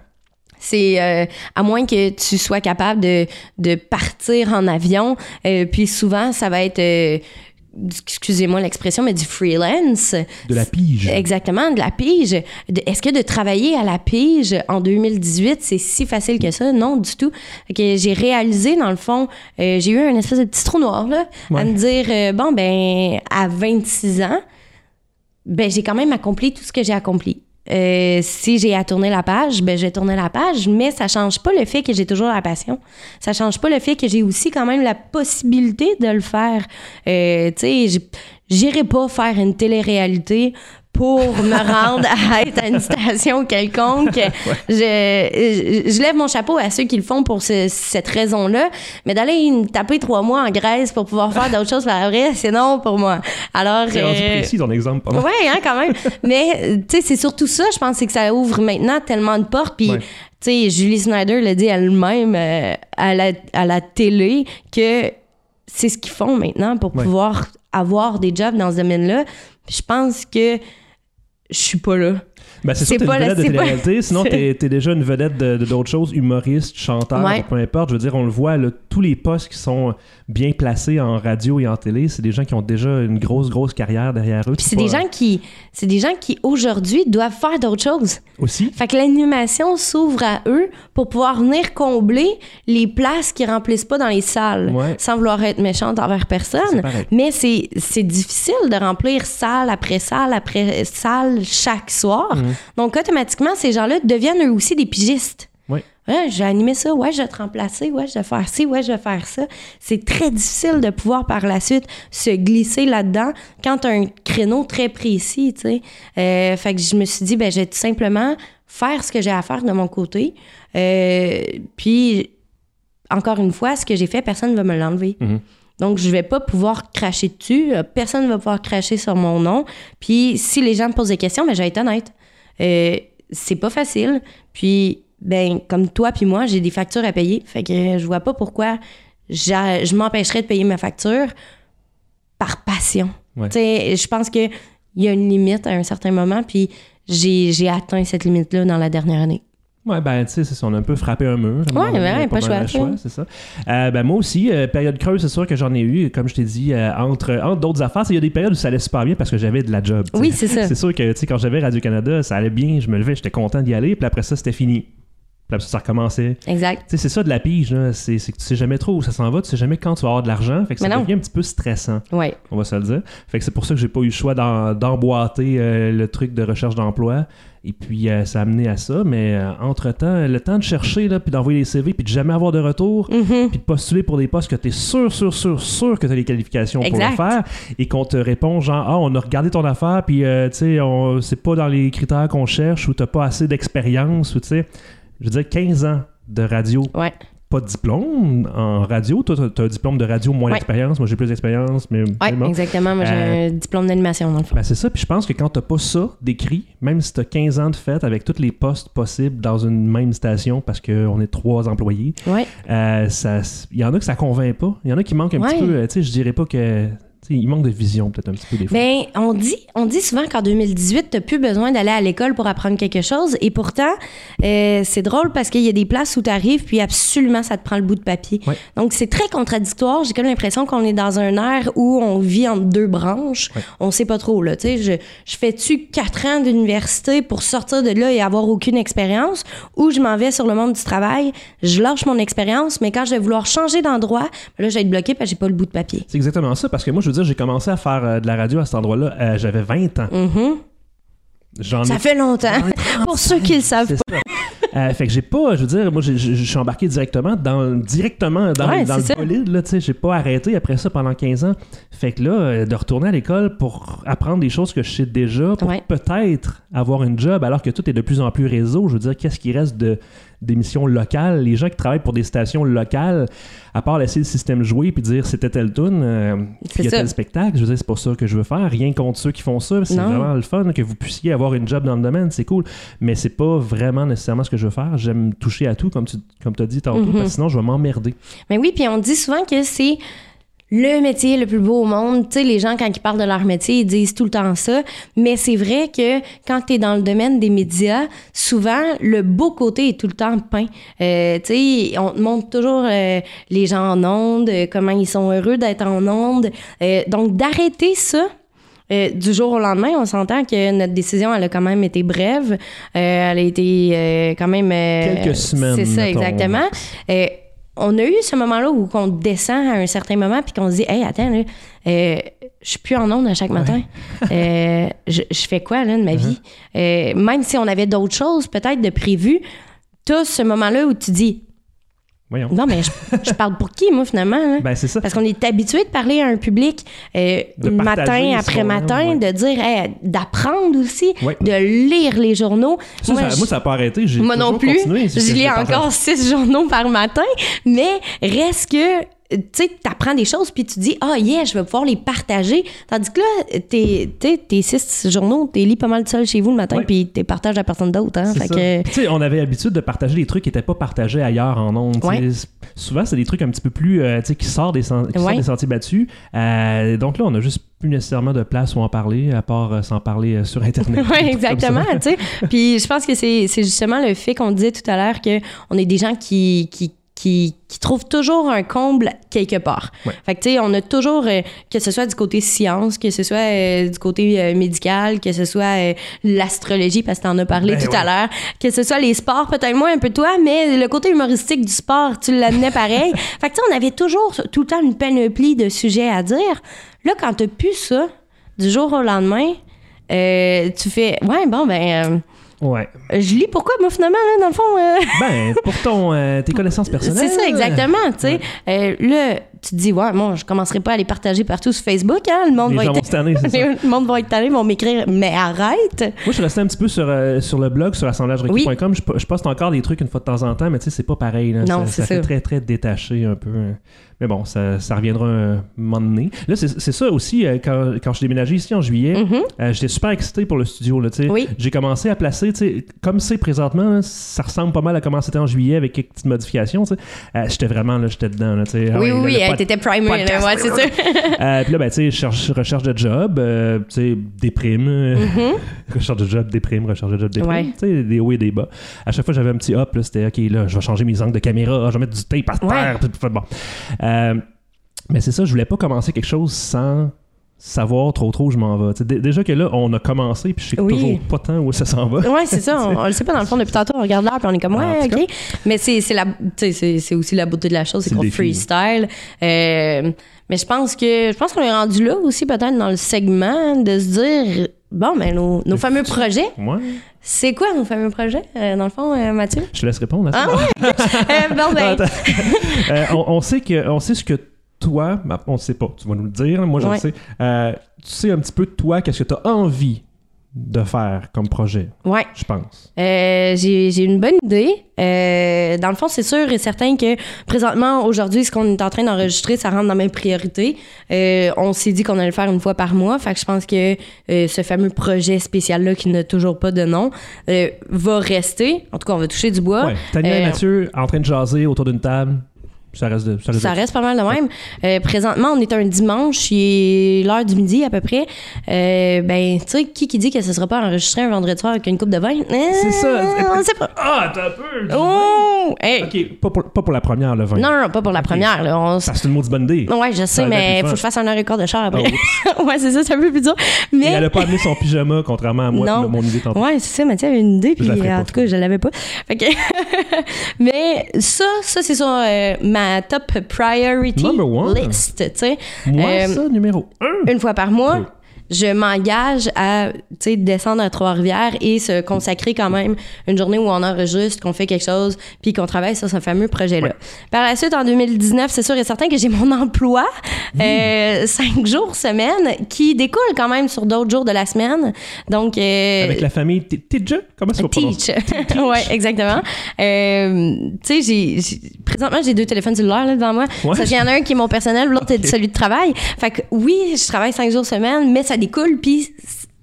S2: C'est euh, à moins que tu sois capable de, de partir en avion. euh, puis souvent, ça va être, euh, du- excusez-moi l'expression, mais du freelance.
S1: De la pige.
S2: Exactement, de la pige. De- Est-ce que de travailler à la pige en 2018, c'est si facile que ça? Non, du tout. Fait Que j'ai réalisé, dans le fond, euh, j'ai eu un espèce de petit trou noir, là, à
S1: Ouais.
S2: me dire, euh, bon, ben, à 26 ans, ben, j'ai quand même accompli tout ce que j'ai accompli. Euh, si j'ai à tourner la page, ben j'ai tourné la page, mais ça change pas le fait que j'ai toujours la passion. Ça change pas le fait que j'ai aussi quand même la possibilité de le faire. Euh, tu sais, j'ai- j'irai pas faire une télé-réalité pour me rendre à être à une station quelconque. je, je, je lève mon chapeau à ceux qui le font pour ce- cette raison-là, mais d'aller me taper trois mois en Grèce pour pouvoir faire d'autres choses par après, c'est non pour moi. Alors,
S1: C'est rendu
S2: euh,
S1: précis ton exemple. pas mal.
S2: oui, hein, quand même. Mais, euh, tu sais, c'est surtout ça, je pense, c'est que ça ouvre maintenant tellement de portes. Puis,
S1: Ouais.
S2: tu sais, Julie Snyder l'a dit elle-même euh, à, la, à la télé que c'est ce qu'ils font maintenant pour
S1: Ouais.
S2: pouvoir avoir des jobs dans ce domaine-là. Puis je pense que je suis pas là.
S1: Ben, c'est sûr que t'es
S2: pas
S1: une
S2: la-
S1: vedette de
S2: c'est pas-
S1: télé-réalité, sinon
S2: c'est-
S1: t'es t'es déjà une vedette de- de- d'autres choses, humoriste, chanteur,
S2: Ouais.
S1: peu importe. Je veux dire, on le voit, là, tous les postes qui sont bien placés en radio et en télé, c'est des gens qui ont déjà une grosse, grosse carrière derrière eux.
S2: Puis c'est des
S1: pas-
S2: gens qui, c'est des gens qui aujourd'hui doivent faire d'autres choses.
S1: Aussi,
S2: Fait que l'animation s'ouvre à eux pour pouvoir venir combler les places qui remplissent pas dans les salles,
S1: Ouais.
S2: sans vouloir être méchante envers
S1: c'est
S2: personne.
S1: pareil.
S2: Mais c'est c'est difficile de remplir salle après salle après salle chaque soir. Donc, automatiquement, ces gens-là deviennent eux aussi des pigistes.
S1: Ouais.
S2: Ouais, je vais animer ça, ouais, je vais te remplacer, ouais, je vais faire ci, ouais, je vais faire ça. C'est très difficile de pouvoir par la suite se glisser là-dedans quand tu un créneau très précis, tu sais. Euh, fait que je me suis dit, ben, je vais tout simplement faire ce que j'ai à faire de mon côté. Euh, puis, encore une fois, ce que j'ai fait, personne ne va me l'enlever.
S1: Mhm.
S2: Donc, je vais pas pouvoir cracher dessus. euh, Personne ne va pouvoir cracher sur mon nom. Puis, si les gens me posent des questions, ben, je vais être honnête. Euh, c'est pas facile. Puis, ben, comme toi puis moi, j'ai des factures à payer. Fait que euh, je vois pas pourquoi j'a- je m'empêcherais de payer ma facture par passion.
S1: Ouais.
S2: Tu sais, Je pense qu'il y a une limite à un certain moment. Puis, j'ai j'ai atteint cette limite-là dans la dernière année.
S1: Ouais, ben, tu sais, c'est ça, on a un peu frappé un mur.
S2: Ouais,
S1: On a
S2: ouais,
S1: mal
S2: pas
S1: le
S2: choix, ouais.
S1: c'est ça. Euh, ben, moi aussi, euh, période creuse, c'est sûr que j'en ai eu, comme je t'ai dit, euh, entre, entre d'autres affaires. Il y a des périodes où ça allait super bien parce que j'avais de la job. tu sais.
S2: Oui, c'est ça.
S1: C'est sûr que, tu sais, quand j'avais Radio-Canada, ça allait bien, je me levais, j'étais content d'y aller, puis après ça, c'était fini. Puis après ça, ça recommençait.
S2: Exact.
S1: Tu sais, c'est ça de la pige, là. C'est c'est que tu sais jamais trop où ça s'en va, tu sais jamais quand tu vas avoir de l'argent, fait que ça
S2: Mais non.
S1: devient un petit peu stressant
S2: Ouais.
S1: on va se le dire. Fait que c'est pour ça que j'ai pas eu le choix d'en- d'emboîter euh, le truc de recherche d'emploi. Et puis, euh, ça a amené à ça. Mais euh, entre-temps, le temps de chercher, là, puis d'envoyer des CV, puis de jamais avoir de retour,
S2: Mhm.
S1: puis de postuler pour des postes que tu es sûr, sûr, sûr, sûr que tu as les qualifications pour le
S2: Exact.
S1: faire, et qu'on te répond genre, ah, on a regardé ton affaire, puis euh, tu sais, on- c'est pas dans les critères qu'on cherche, ou t'as pas assez d'expérience, ou tu sais, je veux dire, 15 ans de radio
S2: Ouais.
S1: pas de diplôme en radio. Toi, t'as- t'as un diplôme de radio, moins
S2: Ouais.
S1: d'expérience. Moi, j'ai plus d'expérience, mais
S2: Ouais,
S1: mais bon.
S2: exactement. Moi, j'ai
S1: Euh,
S2: un diplôme d'animation, dans le fond.
S1: Ben, c'est ça, puis je pense que quand t'as pas ça d'écrit, même si t'as 15 ans de fête avec tous les postes possibles dans une même station parce qu'on est trois employés,
S2: Ouais.
S1: euh, ça- il y en a que ça convainc pas. Il y en a qui manquent un petit
S2: Ouais.
S1: peu, euh, tu sais, je dirais pas que... tu sais, il manque de vision peut-être un petit peu des fois.
S2: Ben, on dit, on dit souvent qu'en 2018, t'as plus besoin d'aller à l'école pour apprendre quelque chose. Et pourtant, euh, c'est drôle parce qu'il y a des places où t'arrives, puis absolument, ça te prend le bout de papier.
S1: Ouais.
S2: Donc, c'est très contradictoire. J'ai comme l'impression qu'on est dans un air où on vit entre deux branches.
S1: Ouais.
S2: On sait pas trop, là. Tu sais, je, je fais-tu quatre ans d'université pour sortir de là et avoir aucune expérience ou je m'en vais sur le monde du travail, je lâche mon expérience, mais quand je vais vouloir changer d'endroit, ben là, je vais être bloquée parce que j'ai pas le bout de papier.
S1: C'est exactement ça, parce que moi, je veux dire, j'ai commencé à faire euh, de la radio à cet endroit-là, euh, j'avais 20 ans.
S2: Mhm.
S1: J'en ai
S2: Ça fait longtemps.
S1: J'en ai
S2: Pour ceux qui le savent
S1: C'est ça. Euh, fait que j'ai pas, je veux dire, moi j'ai- je je suis embarqué directement dans, directement dans,
S2: Ouais,
S1: dans
S2: c'est
S1: le
S2: ça.
S1: bolide, là, tu sais, j'ai pas arrêté après ça pendant 15 ans. Fait que là, euh, de retourner à l'école pour apprendre des choses que je sais déjà, pour
S2: Ouais.
S1: peut-être avoir une job, alors que tout est de plus en plus réseau, je veux dire, qu'est-ce qui reste de d'émissions locales, les gens qui travaillent pour des stations locales, à part laisser le système jouer puis dire c'était tel tune,
S2: C'est
S1: il y a
S2: ça.
S1: tel spectacle, je veux dire c'est pas ça que je veux faire, rien contre ceux qui font ça, c'est
S2: Non.
S1: vraiment le fun que vous puissiez avoir une job dans le domaine, c'est cool mais c'est pas vraiment nécessairement ce que je veux faire. J'aime toucher à tout, comme tu comme as dit tantôt,
S2: Mm-hmm.
S1: parce que sinon je vais m'emmerder.
S2: Mais oui, puis on dit souvent que c'est le métier le plus beau au monde. Tu sais, les gens, quand ils parlent de leur métier, ils disent tout le temps ça. Mais c'est vrai que quand tu es dans le domaine des médias, souvent, le beau côté est tout le temps peint. Euh, tu sais, on te montre toujours euh, les gens en ondes, euh, comment ils sont heureux d'être en ondes. Euh, donc, d'arrêter ça, euh, du jour au lendemain, on s'entend que notre décision, elle a quand même été brève. Euh, elle a été euh, quand même... euh,
S1: Quelques semaines,
S2: C'est ça,
S1: mettons.
S2: exactement. Euh, on a eu ce moment-là où on descend à un certain moment puis qu'on se dit, hey, attends, là, euh, je suis plus en onde à chaque matin. Euh, je, je fais quoi, là, de ma vie?
S1: Uh-huh.
S2: Euh, même si on avait d'autres choses, peut-être, de prévues, t'as ce moment-là où tu dis,
S1: Voyons.
S2: non, mais je, je parle pour qui, moi, finalement? hein?
S1: Ben c'est ça.
S2: Mm-hmm. Parce qu'on est habitué de parler à un public euh,
S1: De partager
S2: matin
S1: son
S2: après matin,
S1: âme,
S2: de dire, hey, d'apprendre aussi,
S1: Ouais.
S2: de lire les journaux.
S1: Ça, ça- moi,
S2: je-
S1: ça, a pas arrêté. J'ai
S2: moi non
S1: toujours
S2: plus.
S1: continué, c'est
S2: je
S1: que
S2: lis
S1: partage-
S2: encore six journaux par matin, mais reste que tu sais, t'apprends des choses, puis tu dis, ah, yeah, je vais pouvoir les partager. Tandis que là, t'es, t'es- tes six journaux, t'es lis pas mal seul chez vous le matin,
S1: Ouais.
S2: puis t'es partages à personne d'autre. Hein,
S1: C'est
S2: fait
S1: ça.
S2: que-
S1: Puis, tu sais, on avait l'habitude de partager des trucs qui n'étaient pas partagés ailleurs en ondes. tu sais.
S2: Ouais.
S1: S- Souvent, c'est des trucs un petit peu plus euh, tu sais, qui sortent des, sen- qui sortent
S2: Ouais.
S1: des sentiers battus. Euh, donc là, on n'a juste plus nécessairement de place où en parler, à part euh, s'en parler euh, sur Internet.
S2: Oui,
S1: Des trucs comme ça.
S2: exactement, tu sais. Puis je pense que c'est c'est justement le fait qu'on disait tout à l'heure que on est des gens qui, qui, qui, qui trouvent toujours un comble quelque part.
S1: Ouais.
S2: Fait que, tu sais, on a toujours, euh, que ce soit du côté science, que ce soit euh, du côté euh, médical, que ce soit euh, l'astrologie, parce que t'en as parlé
S1: Ben
S2: tout à
S1: ouais.
S2: l'heure, que ce soit les sports, peut-être moins un peu toi, mais le côté humoristique du sport, tu l'amenais pareil. fait que, tu sais, on avait toujours tout le temps une panoplie de sujets à dire. Là, quand t'as plus ça, du jour au lendemain, euh, tu fais ouais bon ben
S1: Ouais.
S2: euh, je lis pourquoi moi finalement là dans le fond euh,
S1: Ben, pour ton, euh, tes connaissances personnelles.
S2: c'est ça exactement tu sais Euh, là tu te dis ouais bon je commencerai pas à les partager partout sur Facebook hein le monde
S1: Les
S2: va
S1: gens vont
S2: être
S1: se tanner, c'est ça. Moi,
S2: le monde va être tanné, vont m'écrire mais arrête
S1: je suis resté un petit peu sur, euh, sur le blog, sur assemblagerequis.com. Je, po- je poste encore des trucs une fois de temps en temps, mais tu sais, c'est pas pareil. là.
S2: Non,
S1: ça,
S2: c'est
S1: ça fait
S2: ça.
S1: très, très détaché un peu. hein. Mais bon, ça, ça reviendra un moment donné. Là, c'est c'est ça aussi, euh, quand, quand je suis déménagé ici en juillet,
S2: Mm-hmm.
S1: euh, j'étais super excité pour le studio. là, tu sais.
S2: Mm. Oui.
S1: J'ai commencé à placer, tu sais, comme c'est présentement, là, ça ressemble pas mal à comment c'était en juillet avec quelques petites modifications. tu sais. Euh, j'étais vraiment, là, j'étais dedans. là, tu sais. Ah
S2: oui
S1: ouais,
S2: oui
S1: le-
S2: oui
S1: le
S2: euh,
S1: pod-
S2: t'étais primary là,
S1: podcast.
S2: ouais c'est ça
S1: euh, puis là, ben, tu sais, cherche- recherche de job, euh, tu sais, déprime, euh, recherche de job, déprime, recherche de job, déprime.
S2: Mm-hmm. Ouais.
S1: Tu sais, des hauts et des bas. À chaque fois, j'avais un petit hop, là, c'était OK, là, je vais changer mes angles de caméra, je vais mettre du tape à
S2: Ouais.
S1: terre. puis- puis- Bon. Euh, mais c'est ça, je voulais pas commencer quelque chose sans savoir trop trop où je m'en vais. Tu sais, dé- déjà que là, on a commencé, puis je sais
S2: Oui. Euh,
S1: toujours pas tant où ça s'en va.
S2: ouais c'est ça on, on le sait pas dans le fond depuis tantôt on regarde l'heure puis on est comme
S1: Ah, en
S2: ouais
S1: tout
S2: ok mais c'est c'est la tu sais, c'est c'est aussi la beauté de la chose c'est
S1: C'est le
S2: qu'on
S1: défi. hein.
S2: freestyle Euh, mais je pense que je pense qu'on est rendu là aussi peut-être dans le segment de se dire bon ben nos, nos fameux projets
S1: Moi,
S2: C'est quoi mon fameux projet, euh, dans le fond, euh, Mathieu?
S1: je te laisse répondre à ça.
S2: Ah ouais? Euh, bon, ben,
S1: Ah, Attends. Euh, on, on sait que, on sait ce que toi, bah, on ne sait pas, tu vas nous le dire, moi je
S2: Ouais.
S1: le sais. Euh, tu sais un petit peu de toi, qu'est-ce que tu as envie de faire comme projet,
S2: ouais.
S1: je pense.
S2: Euh, j'ai j'ai une bonne idée. Euh, dans le fond, c'est sûr et certain que présentement, aujourd'hui, ce qu'on est en train d'enregistrer, ça rentre dans mes priorités. Euh, on s'est dit qu'on allait le faire une fois par mois. Fait que je pense que euh, ce fameux projet spécial-là, qui n'a toujours pas de nom, euh, va rester. En tout cas, on va toucher du bois.
S1: Ouais. Tania et
S2: Euh,
S1: Mathieu en train de jaser autour d'une table, ça reste de. Ça reste
S2: Ça
S1: de-
S2: reste pas mal de même. Euh, présentement, on est un dimanche, il est l'heure du midi à peu près. Euh, ben, tu sais, qui qui dit que ce sera pas enregistré un vendredi soir avec une coupe de vin? Euh,
S1: C'est ça.
S2: On sait pas.
S1: Ah, t'as un peu! du-
S2: Oh! Hey!
S1: Ok, pas pour, pas pour la première, le vin.
S2: Non, non, non, pas pour la première. Là. On s-
S1: Ça, c'est une maudite bonne idée.
S2: Ouais, je sais,
S1: va être
S2: mais
S1: plus
S2: faut
S1: fun.
S2: que je fasse un heure et quart de char
S1: Ah,
S2: après.
S1: oups.
S2: ouais, c'est ça, c'est un peu plus dur. Mais...
S1: Et elle a pas amené son pyjama, contrairement à moi,
S2: Non.
S1: le- mon idée tantôt.
S2: Ouais, c'est ça, Mathieu avait une idée,
S1: Je
S2: puis
S1: la ferai
S2: en
S1: pas.
S2: tout cas, je l'avais pas. Fait que- Mais ça, ça c'est sur euh, ma top priority
S1: Number one.
S2: list, tu sais.
S1: Moi,
S2: Euh,
S1: ça, numéro 1.
S2: une fois par mois,
S1: Oui.
S2: je m'engage à tu sais, descendre à Trois-Rivières et se consacrer quand même une journée où on enregistre, qu'on fait quelque chose, puis qu'on travaille sur ce fameux projet-là.
S1: Ouais.
S2: Par la suite, en 2019, c'est sûr et certain que j'ai mon emploi,
S1: Mm.
S2: euh, cinq jours semaine, qui découle quand même sur d'autres jours de la semaine. Donc, euh,
S1: Avec la famille T- Tidja, comment ça va
S2: Teach. ouais, exactement. Euh, tu sais, j'ai- j'ai- présentement, j'ai deux téléphones cellulaires là, devant moi.
S1: Ouais.
S2: Ça, il y en a un qui est mon personnel, l'autre est celui de travail. Fait que oui, je travaille cinq jours semaine, mais ça découle, puis c-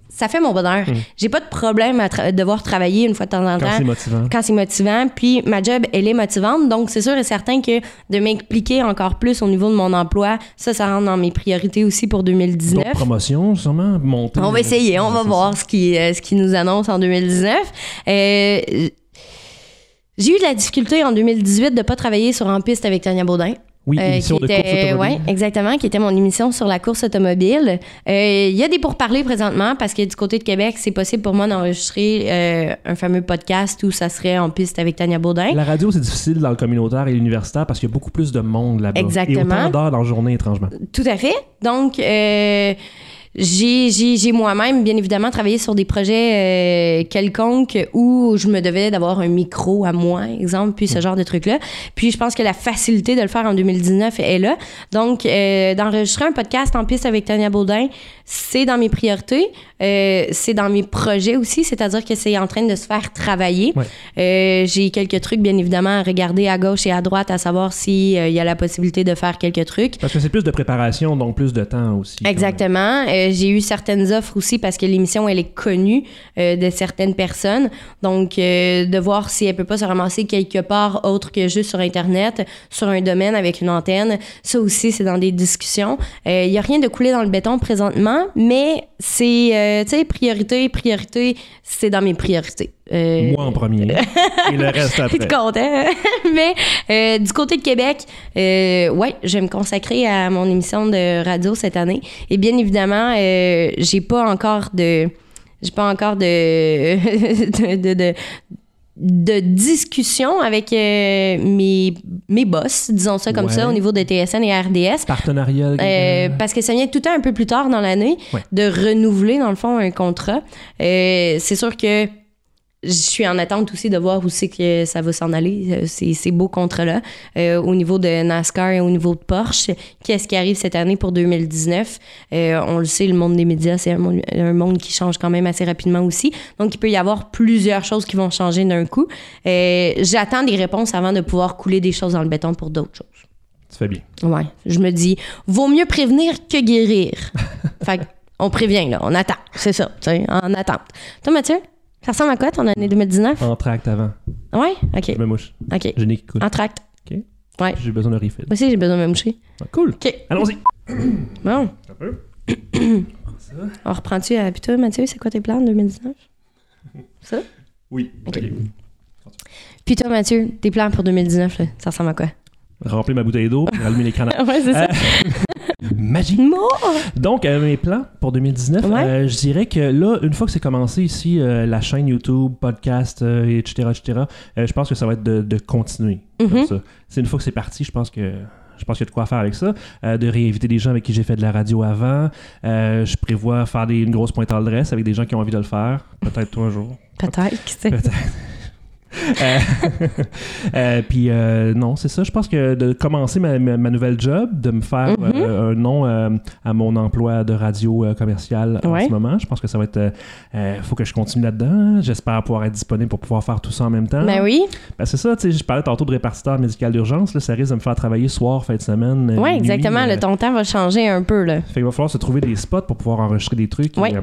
S2: ça fait mon bonheur. J'ai pas de problème à tra- devoir travailler une fois de temps en temps.
S1: Mm. Quand c'est motivant.
S2: Quand c'est motivant. Puis ma job, elle est motivante. Donc, c'est sûr et certain que de m'impliquer encore plus au niveau de mon emploi, ça, ça rentre dans mes priorités aussi pour 2019.
S1: D'autres promotions, sûrement, monter.
S2: On va essayer, on va
S1: C'est
S2: voir ce qui, euh, ce qui nous annonce en 2019. Euh, j'ai eu de la difficulté en 2018 de ne pas travailler sur En piste avec Tania Baudin.
S1: Oui,
S2: euh,
S1: émission
S2: qui
S1: de course
S2: était-
S1: automobile.
S2: ouais, exactement, qui était mon émission sur la course automobile. Euh, Il y a des pourparlers présentement parce que du côté de Québec, c'est possible pour moi d'enregistrer euh, un fameux podcast où ça serait en piste avec Tania Baudin.
S1: La radio, c'est difficile dans le communautaire et l'universitaire parce qu'il y a beaucoup plus de monde là-bas.
S2: Exactement.
S1: Et autant d'heures dans la journée, étrangement.
S2: Tout à fait. Donc, euh, j'ai j'ai- j'ai moi-même, bien évidemment, travaillé sur des projets euh, quelconques où je me devais d'avoir un micro à moi, exemple, puis ce genre de trucs-là. Puis, je pense que la facilité de le faire en 2019 est là. Donc, euh, d'enregistrer un podcast en piste avec Tania Baudin, c'est dans mes priorités. Euh, c'est dans mes projets aussi, c'est-à-dire que c'est en train de se faire travailler.
S1: Ouais.
S2: Euh, j'ai quelques trucs, bien évidemment, à regarder à gauche et à droite, à savoir s'il y a la possibilité de faire quelques trucs.
S1: Parce que c'est plus de préparation, donc plus de temps aussi. quand même.
S2: Exactement. Euh, j'ai eu certaines offres aussi parce que l'émission, elle est connue euh, de certaines personnes. Donc, euh, de voir si elle peut pas se ramasser quelque part autre que juste sur Internet, sur un domaine avec une antenne. Ça aussi, c'est dans des discussions. Euh, Il y a rien de coulé dans le béton présentement, mais c'est, euh, tu sais, priorité, priorité, c'est dans mes priorités. Euh,
S1: Moi en premier. et le reste après.
S2: T'es content. Mais euh, du côté de Québec, euh, ouais, je vais me consacrer à mon émission de radio cette année. Et bien évidemment, euh, j'ai pas encore de. J'ai pas encore de. de, de, de- de discussion avec euh, mes, mes boss, disons ça comme
S1: Ouais.
S2: ça, au niveau de TSN et RDS.
S1: Partenariat.
S2: Euh, parce que ça vient tout le temps un peu plus tard dans l'année
S1: Ouais.
S2: de renouveler, dans le fond, un contrat. Euh, c'est sûr que je suis en attente aussi de voir où c'est que ça va s'en aller, euh, ces, ces beaux contrats-là, euh, au niveau de NASCAR et au niveau de Porsche. Qu'est-ce qui arrive cette année pour 2019? Euh, on le sait, le monde des médias, c'est un, monde- un monde qui change quand même assez rapidement aussi. Donc, il peut y avoir plusieurs choses qui vont changer d'un coup. Euh, J'attends des réponses avant de pouvoir couler des choses dans le béton pour d'autres choses.
S1: Tu fais bien.
S2: Ouais, je me dis, vaut mieux prévenir que guérir. fait que, on prévient, là, on attend. C'est ça, tu sais, en attente. Toi, Mathieu, ça ressemble à quoi ton année 2019?
S1: En tract avant.
S2: Ouais? OK,
S1: Je me mouche.
S2: OK.
S1: J'ai le nez qui coule.
S2: En tract.
S1: OK.
S2: Ouais.
S1: J'ai besoin de refill.
S2: Moi aussi, j'ai besoin de me moucher.
S1: Ah, Cool.
S2: OK,
S1: Allons-y.
S2: bon.
S1: Un peu.
S2: On reprend-tu à... Puis toi, Mathieu, c'est quoi tes plans en 2019? Ça?
S1: Oui.
S2: OK. Puis toi, Mathieu, tes plans pour 2019, là, ça ressemble à quoi? Euh,
S1: Remplir ma bouteille d'eau, rallumer l'écran.
S2: ouais, c'est ça.
S1: Magique.
S2: Moi!
S1: Donc, euh, mes plans pour 2019,
S2: Ouais.
S1: euh, je dirais que là, une fois que c'est commencé ici, euh, la chaîne YouTube, podcast, euh, etc., etc., euh, je pense que ça va être de, de continuer comme
S2: Mhm.
S1: ça. C'est une fois que c'est parti, je pense que... Je pense qu'il y a de quoi faire avec ça. Euh, de réinviter des gens avec qui j'ai fait de la radio avant. Euh, je prévois faire des, une grosse pointe à l'adresse avec des gens qui ont envie de le faire. Peut-être toi un jour.
S2: Peut-être, tu sais.
S1: Euh, euh, puis euh, non, c'est ça. Je pense que de commencer ma, ma- ma nouvelle job, de me faire
S2: Mhm.
S1: euh, un nom euh, à mon emploi de radio euh, commerciale en
S2: Ouais.
S1: ce moment, je pense que ça va être. euh, euh, faut que je continue là-dedans. J'espère pouvoir être disponible pour pouvoir faire tout ça en même temps.
S2: Ben oui,
S1: Ben, c'est ça. Tu sais, je parlais tantôt de répartiteur médical d'urgence. là, Ça risque de me faire travailler soir, fin de semaine. euh,
S2: ouais,
S1: minuit,
S2: exactement.
S1: euh,
S2: Le ton temps va changer un peu, là.
S1: fait qu'il va falloir se trouver des spots pour pouvoir enregistrer des trucs.
S2: Ouais.
S1: et, euh,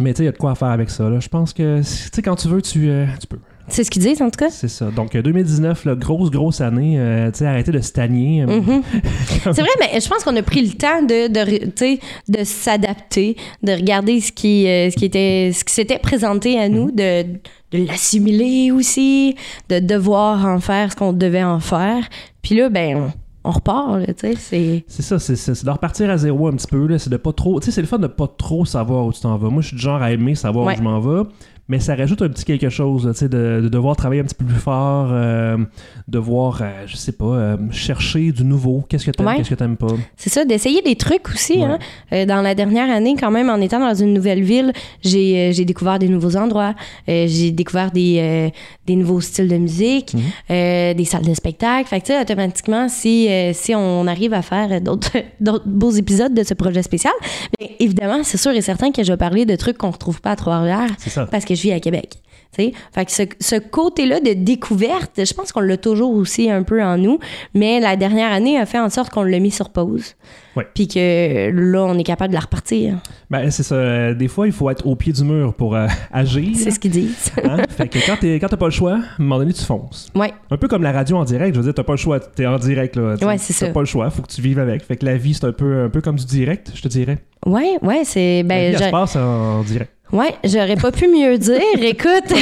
S1: mais tu sais, il y a de quoi faire avec ça. là. Je pense que, tu sais, quand tu veux, tu, euh, tu peux.
S2: C'est ce qu'ils disent, en tout cas.
S1: C'est ça. Donc, euh, 2019, là, grosse, grosse année. euh, tu sais, arrêtez de stagner. euh,
S2: Mhm. C'est vrai, mais je pense qu'on a pris le temps de, de, re- tu sais, de s'adapter, de regarder ce qui, euh, ce qui était, ce qui s'était présenté à nous, de, de l'assimiler aussi, de devoir en faire ce qu'on devait en faire. Puis là, ben, on, on repart, là, tu sais, c'est...
S1: C'est ça, c'est, c'est- c'est de repartir à zéro un petit peu. Là, c'est de pas trop. Tu sais, c'est le fun de pas trop savoir où tu t'en vas. Moi, je suis du genre à aimer savoir
S2: Ouais.
S1: où je m'en vais. Mais ça rajoute un petit quelque chose, là, tu sais, de, de devoir travailler un petit peu plus fort, euh, devoir, euh, je sais pas, euh, chercher du nouveau. Qu'est-ce que t'aimes,
S2: Ouais.
S1: qu'est-ce que t'aimes pas.
S2: C'est ça, d'essayer des trucs aussi.
S1: Ouais.
S2: hein. Euh, dans la dernière année, quand même, en étant dans une nouvelle ville, j'ai euh, j'ai découvert des nouveaux endroits, euh, j'ai découvert des, euh, des nouveaux styles de musique,
S1: Mhm.
S2: euh, des salles de spectacle. Fait que, tu sais, automatiquement, si, euh, si on arrive à faire euh, d'autres d'autres beaux épisodes de ce projet spécial, bien, évidemment, c'est sûr et certain que je vais parler de trucs qu'on retrouve pas à Trois-Rivières
S1: C'est ça.
S2: parce que je vis à Québec. tu sais. Fait que ce, ce côté-là de découverte, je pense qu'on l'a toujours aussi un peu en nous, mais la dernière année a fait en sorte qu'on l'a mis sur pause.
S1: Ouais.
S2: Puis que là, on est capable de la repartir.
S1: Ben, c'est ça. euh, des fois, il faut être au pied du mur pour euh, agir.
S2: C'est ce qu'ils disent.
S1: hein. Fait que quand, t'es- quand t'as pas le choix, à un moment donné, tu fonces.
S2: ouais.
S1: Un peu comme la radio en direct, je veux dire, t'as pas le choix, t'es en direct là. t'sais,
S2: Ouais, c'est
S1: T'as
S2: ça.
S1: pas le choix, faut que tu vives avec. Fait que la vie, c'est un peu, un peu comme du direct, je te dirais.
S2: Ouais, ouais, c'est.
S1: la
S2: Ben,
S1: vie, elle se
S2: j'a-
S1: passe en direct.
S2: ouais, j'aurais pas pu mieux dire. Écoute.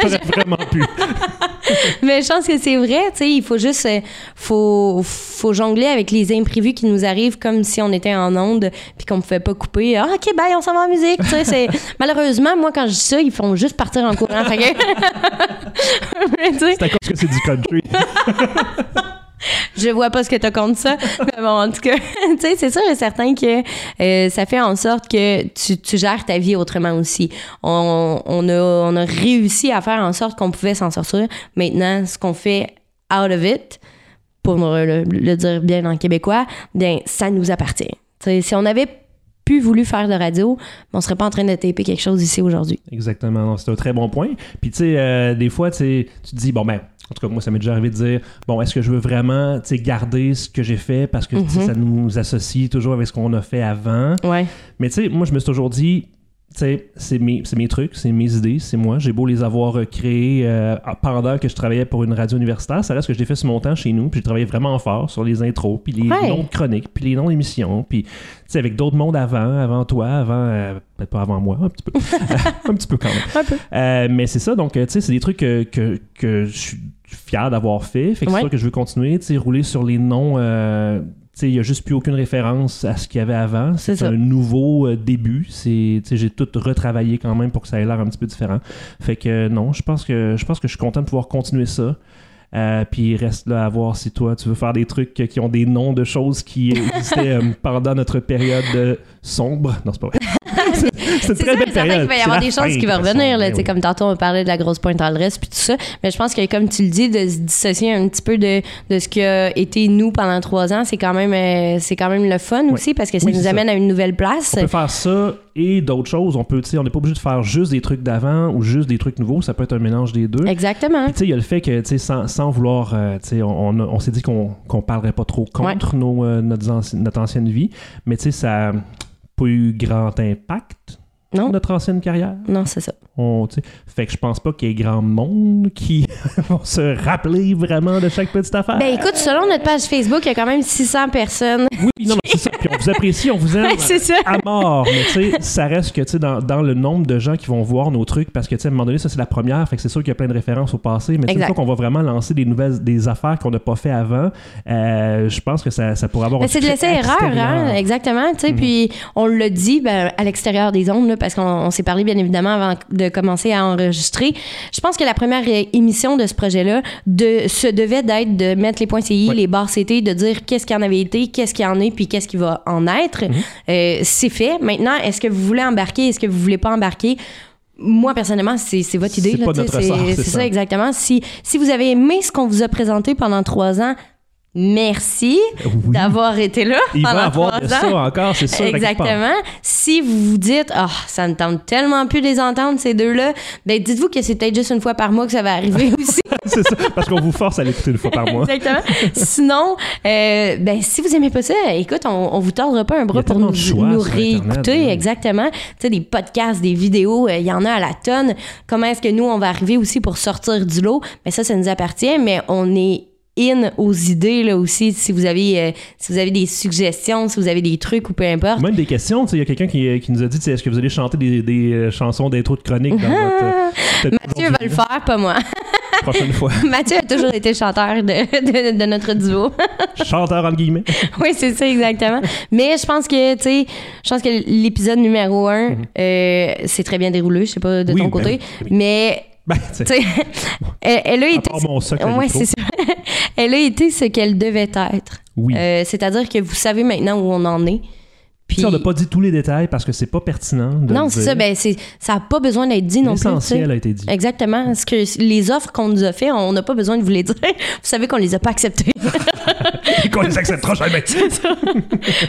S1: T'aurais vraiment pu.
S2: Mais je pense que c'est vrai, tu sais, il faut juste, euh, faut, faut jongler avec les imprévus qui nous arrivent comme si on était en onde puis qu'on ne pouvait pas couper. Ah, ok, bye, on s'en va en musique. Tu sais, c'est malheureusement, moi quand je dis ça, ils font juste partir en courant. Fait que- Mais tu sais,
S1: C'est à cause que c'est du country.
S2: je vois pas ce que t'as contre ça, mais bon, en tout cas, tu sais, c'est sûr et certain que euh, ça fait en sorte que tu, tu gères ta vie autrement aussi. On, on a, on a réussi à faire en sorte qu'on pouvait s'en sortir. Maintenant, ce qu'on fait out of it, pour le, le dire bien en québécois, bien, ça nous appartient. Tu sais, si on avait plus voulu faire de radio, mais on serait pas en train de taper quelque chose ici aujourd'hui.
S1: Exactement. Non, C'est un très bon point. Puis, tu sais, euh, des fois, tu sais, tu te dis, bon, ben, en tout cas, moi, ça m'est déjà arrivé de dire, bon, est-ce que je veux vraiment, tu sais, garder ce que j'ai fait parce que, tu sais,
S2: Mhm.
S1: ça nous associe toujours avec ce qu'on a fait avant.
S2: Ouais.
S1: Mais, tu sais, moi, je me suis toujours dit, tu sais, c'est mes, c'est mes trucs, c'est mes idées, c'est moi. J'ai beau les avoir euh, créés euh, pendant que je travaillais pour une radio universitaire, ça reste que je l'ai fait sur mon temps chez nous, puis j'ai travaillé vraiment fort sur les intros, puis les
S2: Ouais.
S1: noms de chroniques, puis les noms d'émissions, puis, tu sais, avec d'autres mondes avant, avant toi, avant, euh, peut-être pas avant moi, un petit peu, un petit peu quand même.
S2: Un peu.
S1: Euh, mais c'est ça, donc, euh, tu sais, c'est des trucs que, que, que je suis fier d'avoir fait. Fait que
S2: Ouais.
S1: c'est sûr que je veux continuer, tu sais, rouler sur les noms. euh, tu sais, il n'y a juste plus aucune référence à ce qu'il y avait avant.
S2: C'est
S1: C'est
S2: ça.
S1: un nouveau euh, début. C'est, tu sais, j'ai tout retravaillé quand même pour que ça ait l'air un petit peu différent. Fait que euh, non, je pense que je pense que je suis content de pouvoir continuer ça. Euh, puis il reste là à voir si toi tu veux faire des trucs qui ont des noms de choses qui existaient euh, pendant notre période euh, sombre. Non, c'est pas vrai. C'est- c'est une
S2: C'est
S1: très
S2: sûr
S1: belle
S2: et certain
S1: période.
S2: qu'il va y
S1: C'est
S2: avoir
S1: la
S2: des
S1: fin,
S2: choses qui vont
S1: de toute
S2: revenir.
S1: façon.
S2: Là,
S1: Ben
S2: tu sais,
S1: oui.
S2: Comme tantôt, on parlait de la grosse pointe tendresse puis tout ça. Mais je pense que, comme tu le dis, de se dissocier un petit peu de, de ce qui a été nous pendant trois ans, c'est quand même, euh, c'est quand même le fun aussi parce que ça
S1: Oui,
S2: nous
S1: c'est
S2: amène à une nouvelle place.
S1: On peut faire ça et d'autres choses. On peut, tu sais, on n'est pas obligé de faire juste des trucs d'avant ou juste des trucs nouveaux. Ça peut être un mélange des deux.
S2: Exactement.
S1: Puis, tu sais, il y a le fait que, tu sais, sans, sans vouloir, euh, tu sais, on, on a- on s'est dit qu'on qu'on parlerait pas trop contre nos, euh, notre, anci- notre ancienne vie, mais tu sais, ça n'a pas eu grand impact,
S2: Non.
S1: notre ancienne carrière.
S2: Non, c'est ça.
S1: On, tu sais, fait que je pense pas qu'il y ait grand monde qui vont se rappeler vraiment de chaque petite affaire.
S2: Ben écoute, selon notre page Facebook, il y a quand même 600 personnes.
S1: oui, non, non, c'est ça. Puis on vous apprécie, on vous aime.
S2: Ouais, c'est ça.
S1: à mort. Mais tu sais, ça reste que tu sais, dans, dans le nombre de gens qui vont voir nos trucs, parce que tu sais, à un moment donné, ça c'est la première, fait que c'est sûr qu'il y a plein de références au passé, mais tu sais, une
S2: Exact.
S1: fois qu'on va vraiment lancer des nouvelles, des affaires qu'on n'a pas fait avant, euh, je pense que ça, ça pourrait avoir
S2: Ben,
S1: un
S2: c'est de laisser
S1: succès
S2: erreur, hein?
S1: extérieur. Mm-hmm.
S2: Exactement. Tu sais, Puis on le dit ben, à l'extérieur des ondes, là, parce qu'on on s'est parlé bien évidemment avant de commencer à enregistrer. Je pense que la première euh, émission de ce projet-là de, se devait d'être de mettre les points CI,
S1: Ouais.
S2: les barres CT, de dire qu'est-ce qu'il en avait été, qu'est-ce qu'il en est, puis qu'est-ce qui va en être.
S1: Mm-hmm.
S2: Euh, c'est fait. Maintenant, est-ce que vous voulez embarquer, est-ce que vous voulez pas embarquer? Moi, personnellement, c'est c'est votre
S1: C'est
S2: idée. là,
S1: pas
S2: tu sais,
S1: notre ressort, c'est
S2: C'est ça,
S1: ça.
S2: exactement. Si, si vous avez aimé ce qu'on vous a présenté pendant trois ans, merci
S1: Oui.
S2: d'avoir été là
S1: Il
S2: pendant
S1: va avoir de
S2: trois
S1: ça
S2: ans.
S1: encore, c'est sûr.
S2: Exactement. Si vous vous dites, ah, ça me tente tellement plus de les entendre, ces deux-là, ben dites-vous que c'est peut-être juste une fois par mois que ça va arriver aussi.
S1: c'est ça, parce qu'on vous force à l'écouter une fois par mois.
S2: Exactement. Sinon, euh, ben, si vous aimez pas ça, écoute, on, on vous tordra pas un
S1: Il y
S2: bras
S1: a
S2: pour
S1: tellement
S2: nous,
S1: de choix
S2: nous
S1: sur Internet,
S2: réécouter.
S1: là.
S2: Exactement. Tu sais, des podcasts, des vidéos, euh, il y en a à la tonne. Comment est-ce que nous, on va arriver aussi pour sortir du lot? Mais ça, ça nous appartient, mais on est in aux idées là aussi si vous avez euh, si vous avez des suggestions si vous avez des trucs ou peu importe
S1: Même des questions, tu sais, il y a quelqu'un qui, qui nous a dit, tu sais, est-ce que vous allez chanter des, des, euh, chansons d'intro de chronique dans votre... euh, peut-être
S2: Mathieu va le faire pas moi
S1: prochaine fois.
S2: Mathieu a toujours été le chanteur de, de- de notre duo
S1: Chanteur, entre guillemets.
S2: oui, c'est ça, exactement. Mais je pense que, tu sais, je pense que l'épisode numéro un, euh, c'est très bien déroulé, je sais pas de
S1: Mhm. Oui,
S2: ton
S1: ben
S2: côté,
S1: oui.
S2: mais,
S1: Ben, tu sais,
S2: tu sais, elle, elle a
S1: à
S2: été.
S1: part mon socle à
S2: Ouais,
S1: micro.
S2: c'est ça. Elle a été ce qu'elle devait être.
S1: Oui.
S2: Euh, C'est-à-dire que vous savez maintenant où on en est.
S1: Tu
S2: Puis.
S1: sais, on n'a pas dit tous les détails parce que c'est pas pertinent. De
S2: non,
S1: le
S2: c'est
S1: dire.
S2: ça, ben, c'est- ça n'a pas besoin d'être dit non plus. tu sais.
S1: L'essentiel a été dit.
S2: Exactement. Ce que les offres qu'on nous a fait, on n'a pas besoin de vous les dire. Vous savez qu'on les a pas acceptées.
S1: Et qu'on les acceptera jamais.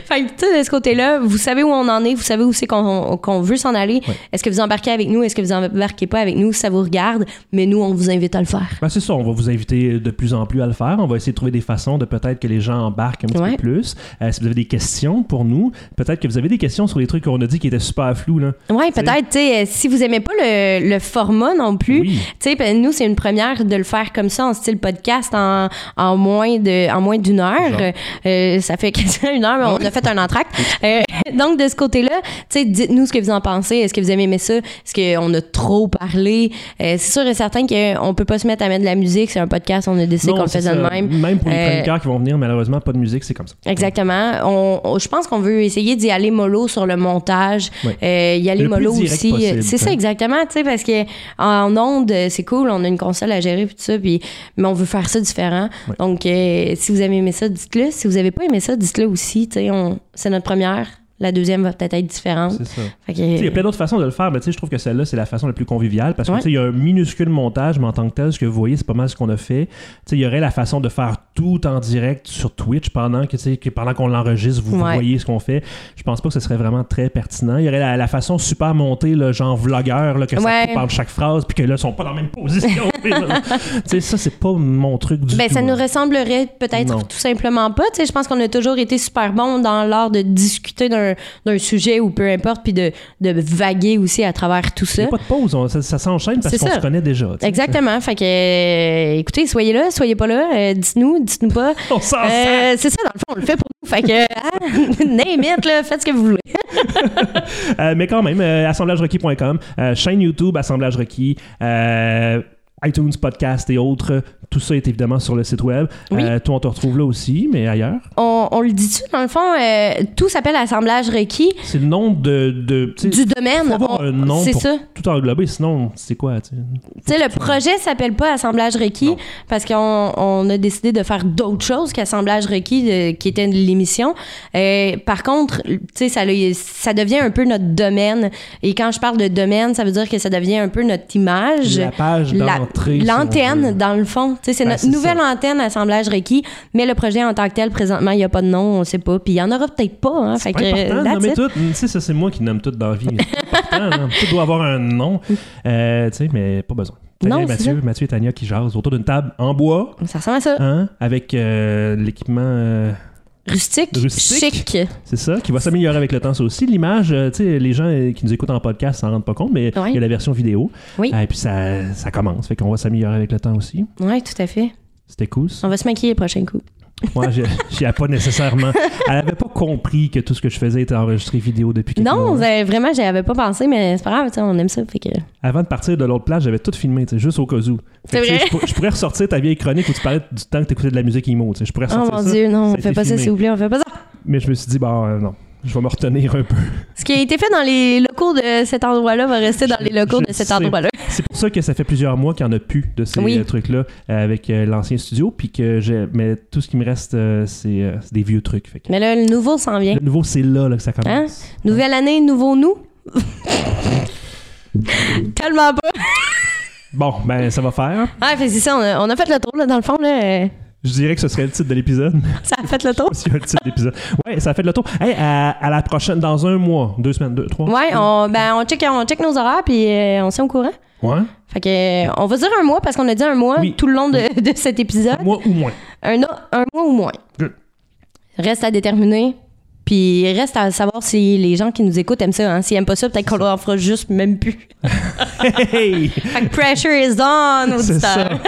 S2: Fait que, tu sais, de ce côté-là, vous savez où on en est, vous savez où c'est qu'on qu'on veut s'en aller.
S1: Ouais.
S2: Est-ce que vous embarquez avec nous? Est-ce que vous embarquez pas avec nous? Ça vous regarde, mais nous, on vous invite à le faire.
S1: Ben, c'est ça, on va vous inviter de plus en plus à le faire. On va essayer de trouver des façons de peut-être que les gens embarquent un petit
S2: Ouais.
S1: peu plus. Euh, si vous avez des questions pour nous, peut-être que vous avez des questions sur les trucs qu'on a dit qui étaient super flous. Là.
S2: Oui, peut-être, tu sais, euh, si vous aimez pas le, le format non plus,
S1: Oui.
S2: tu sais, ben, nous, c'est une première de le faire comme ça, en style podcast, en, en moins de en moins d'une heure.
S1: Genre.
S2: Euh, ça fait quasiment une heure, mais on a fait un entracte. Euh, donc, de ce côté-là, tu sais, dites-nous ce que vous en pensez. Est-ce que vous avez aimé ça? Est-ce qu'on a trop parlé? Euh, c'est sûr et certain qu'on peut pas se mettre à mettre de la musique. C'est un podcast, on a décidé
S1: Non,
S2: qu'on le
S1: c'est
S2: faisait de
S1: ça.
S2: même.
S1: pour les
S2: Euh,
S1: chroniqueurs qui vont venir, malheureusement, pas de musique, c'est comme ça.
S2: Exactement. On, on- je pense qu'on veut essayer d'y aller mollo sur le montage,
S1: Oui.
S2: euh, y aller
S1: Le plus
S2: mollo
S1: direct
S2: aussi.
S1: possible,
S2: C'est ça,
S1: hein.
S2: exactement, tu sais, parce que en ondes, euh, c'est cool, on a une console à gérer puis tout ça, puis mais on veut faire ça différent.
S1: Oui.
S2: Donc, euh, si vous avez aimé ça, dites-le. Si vous avez pas aimé ça, dites-le aussi. Tu sais, on- c'est notre première. La deuxième va peut-être être différente.
S1: C'est ça.
S2: Fait que-
S1: Tu sais, Il y a plein d'autres façons de le faire, mais tu sais, je trouve que celle-là, c'est la façon la plus conviviale parce que
S2: Ouais.
S1: tu sais, il y a un minuscule montage, mais en tant que tel, ce que vous voyez, c'est pas mal ce qu'on a fait. Tu sais, Il y aurait la façon de faire tout en direct sur Twitch pendant que, tu sais, que pendant qu'on l'enregistre, vous
S2: Ouais.
S1: voyez ce qu'on fait. Je pense pas que ce serait vraiment très pertinent. Il y aurait la, la façon super montée, là, genre vlogueur, là, que ça
S2: Ouais.
S1: parle chaque phrase, puis que là, ils sont pas dans la même position. tu sais, ça, c'est pas mon truc du
S2: Ben,
S1: tout.
S2: ça nous
S1: là.
S2: ressemblerait peut-être
S1: Non.
S2: tout simplement pas. Tu sais, je pense qu'on a toujours été super bons dans l'art de discuter d'un d'un sujet ou peu importe, puis de, de vaguer aussi à travers tout
S1: Il
S2: ça.
S1: n'y a pas de pause, on- ça, ça s'enchaîne parce
S2: C'est
S1: qu'on
S2: ça.
S1: se connaît déjà. tu sais.
S2: Exactement. Fait que, euh, écoutez, soyez là, soyez pas là, euh, dites-nous, dites-nous pas.
S1: On s'en
S2: Euh,
S1: sert.
S2: c'est ça, dans le fond, on le fait pour vous. Fait que, hein, name it, là, faites ce que vous voulez.
S1: Euh, mais quand même, euh, assemblagerequis.com, euh, chaîne YouTube, Assemblage Requis, euh, iTunes, podcast et autres. Tout ça est évidemment sur le site web.
S2: Oui.
S1: Euh, toi, on te retrouve là aussi, mais ailleurs.
S2: On, on le dit-tu, dans le fond, euh, tout s'appelle assemblage requis
S1: C'est le nom de. de tu sais,
S2: du domaine.
S1: faut avoir
S2: On-
S1: un nom
S2: c'est
S1: pour
S2: ça.
S1: tout englober, sinon, c'est quoi? tu sais?
S2: Tu sais, le projet s'appelle pas Assemblage requis
S1: Non.
S2: parce qu'on on a décidé de faire d'autres choses qu'Assemblage requis, euh, qui était l'émission. Euh, par contre, tu sais, ça, l'a- ça devient un peu notre domaine. Et quand je parle de domaine, ça veut dire que ça devient un peu notre image.
S1: La page
S2: La-
S1: d'entrée. si on
S2: L'antenne,
S1: veut.
S2: dans le fond. Tu sais, C'est
S1: Ben,
S2: notre
S1: c'est
S2: nouvelle
S1: ça.
S2: antenne Assemblage requis, mais le projet en tant que tel, présentement, il n'y a pas de nom, on ne sait pas. Puis il n'y en aura peut-être pas. Hein, fait
S1: C'est pas
S2: que,
S1: important de
S2: that's
S1: nommer
S2: it.
S1: tout. Tu sais, ça, c'est moi qui nomme tout dans la vie. C'est pas important. hein. Tout doit avoir un nom. Euh, tu sais, mais pas besoin. Tania
S2: Mm. Non,
S1: et
S2: c'est
S1: Mathieu, Mathieu et Tania qui jasent autour d'une table en bois,
S2: Ça ressemble à ça.
S1: hein, avec euh, l'équipement. euh,
S2: Rustique,
S1: Rustique.
S2: chic.
S1: C'est ça, qui va s'améliorer avec le temps, ça aussi. L'image, euh, tu sais, les gens euh, qui nous écoutent en podcast s'en rendent pas compte, mais il
S2: Ouais.
S1: y a la version vidéo.
S2: Oui.
S1: Ah, et puis ça, ça commence, fait qu'on va s'améliorer avec le temps aussi.
S2: Oui, tout à fait.
S1: C'était cool. ça.
S2: On va se maquiller le prochain coup.
S1: Moi, je- j'y ai pas nécessairement. Elle avait pas compris que tout ce que je faisais était enregistré vidéo depuis quelques
S2: Non,
S1: mois.
S2: euh, vraiment, j'y avais pas pensé, mais c'est pas grave, tu sais, on aime ça. Fait que...
S1: Avant de partir de l'autre place, j'avais tout filmé, tu sais, juste au cas où. Fait que,
S2: C'est
S1: tu sais,
S2: vrai?
S1: Je, pour- je pourrais ressortir ta vieille chronique où tu parlais du temps que t'écoutais de la musique IMO. tu sais, Je pourrais
S2: Oh
S1: ressortir
S2: mon
S1: Ah, ça.
S2: Dieu, non,
S1: Ça a
S2: on fait
S1: été
S2: pas ça,
S1: filmé.
S2: s'il vous plaît, on fait pas ça.
S1: Mais je me suis dit, bah euh, non, je vais me retenir un peu.
S2: Ce qui a été fait dans les locaux de cet endroit-là va rester dans
S1: Je-
S2: les locaux
S1: je
S2: de cet
S1: sais.
S2: endroit-là.
S1: C'est pour ça que ça fait plusieurs mois qu'il n'y en a plus de ces
S2: Oui.
S1: euh, trucs-là euh, avec euh, l'ancien studio. Puis que j'ai. Mais tout ce qui me reste, euh, c'est euh, c'est des vieux trucs. Fait que
S2: Mais là, le nouveau s'en vient.
S1: Le nouveau, c'est là, là, que ça commence.
S2: Nouvelle année, nouveau nous. Tellement pas.
S1: Bon, ben ça va faire.
S2: Ah, fait que c'est ça, on a, on a fait le tour, là, dans le fond, là. euh,
S1: Je dirais que ce serait le titre de l'épisode.
S2: Ça a fait le tour.
S1: S'il y a le titre de l'épisode. Ouais, ça a fait le tour. Hey, à, à la prochaine, dans un mois, deux semaines, deux, trois.
S2: Ouais, on, ben, on, check, on check nos horaires, puis euh, on s'est au courant.
S1: Ouais.
S2: Fait que, euh, on va dire un mois, parce qu'on a dit un mois
S1: Oui.
S2: tout le long de, de cet épisode.
S1: Moi ou moins.
S2: un, an- un mois ou moins.
S1: Good.
S2: Reste à déterminer. Puis reste à savoir si les gens qui nous écoutent aiment ça. Hein. S'ils aiment pas ça, peut-être qu'on leur fera juste même plus.
S1: Hey!
S2: Fait que pressure is on,
S1: c'est ça.
S2: auditeur.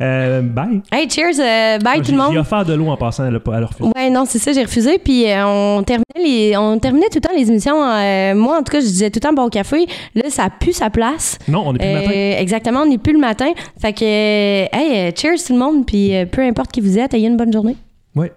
S1: Euh, bye.
S2: Hey, cheers. euh, bye tout
S1: J'ai
S2: le
S1: j'ai
S2: monde.
S1: offert de l'eau en passant à leur à leur fille.
S2: Ouais, non, c'est ça, j'ai refusé. Puis euh, on, terminait les, on terminait tout le temps les émissions. euh, moi, en tout cas, je disais tout le temps bon café. Là, ça pue sa place.
S1: Non, on est plus le matin.
S2: Euh, exactement, on n'est plus le matin. Fait que, euh, hey, euh, cheers tout le monde. Puis euh, peu importe qui vous êtes, ayez une bonne journée.
S1: Ouais.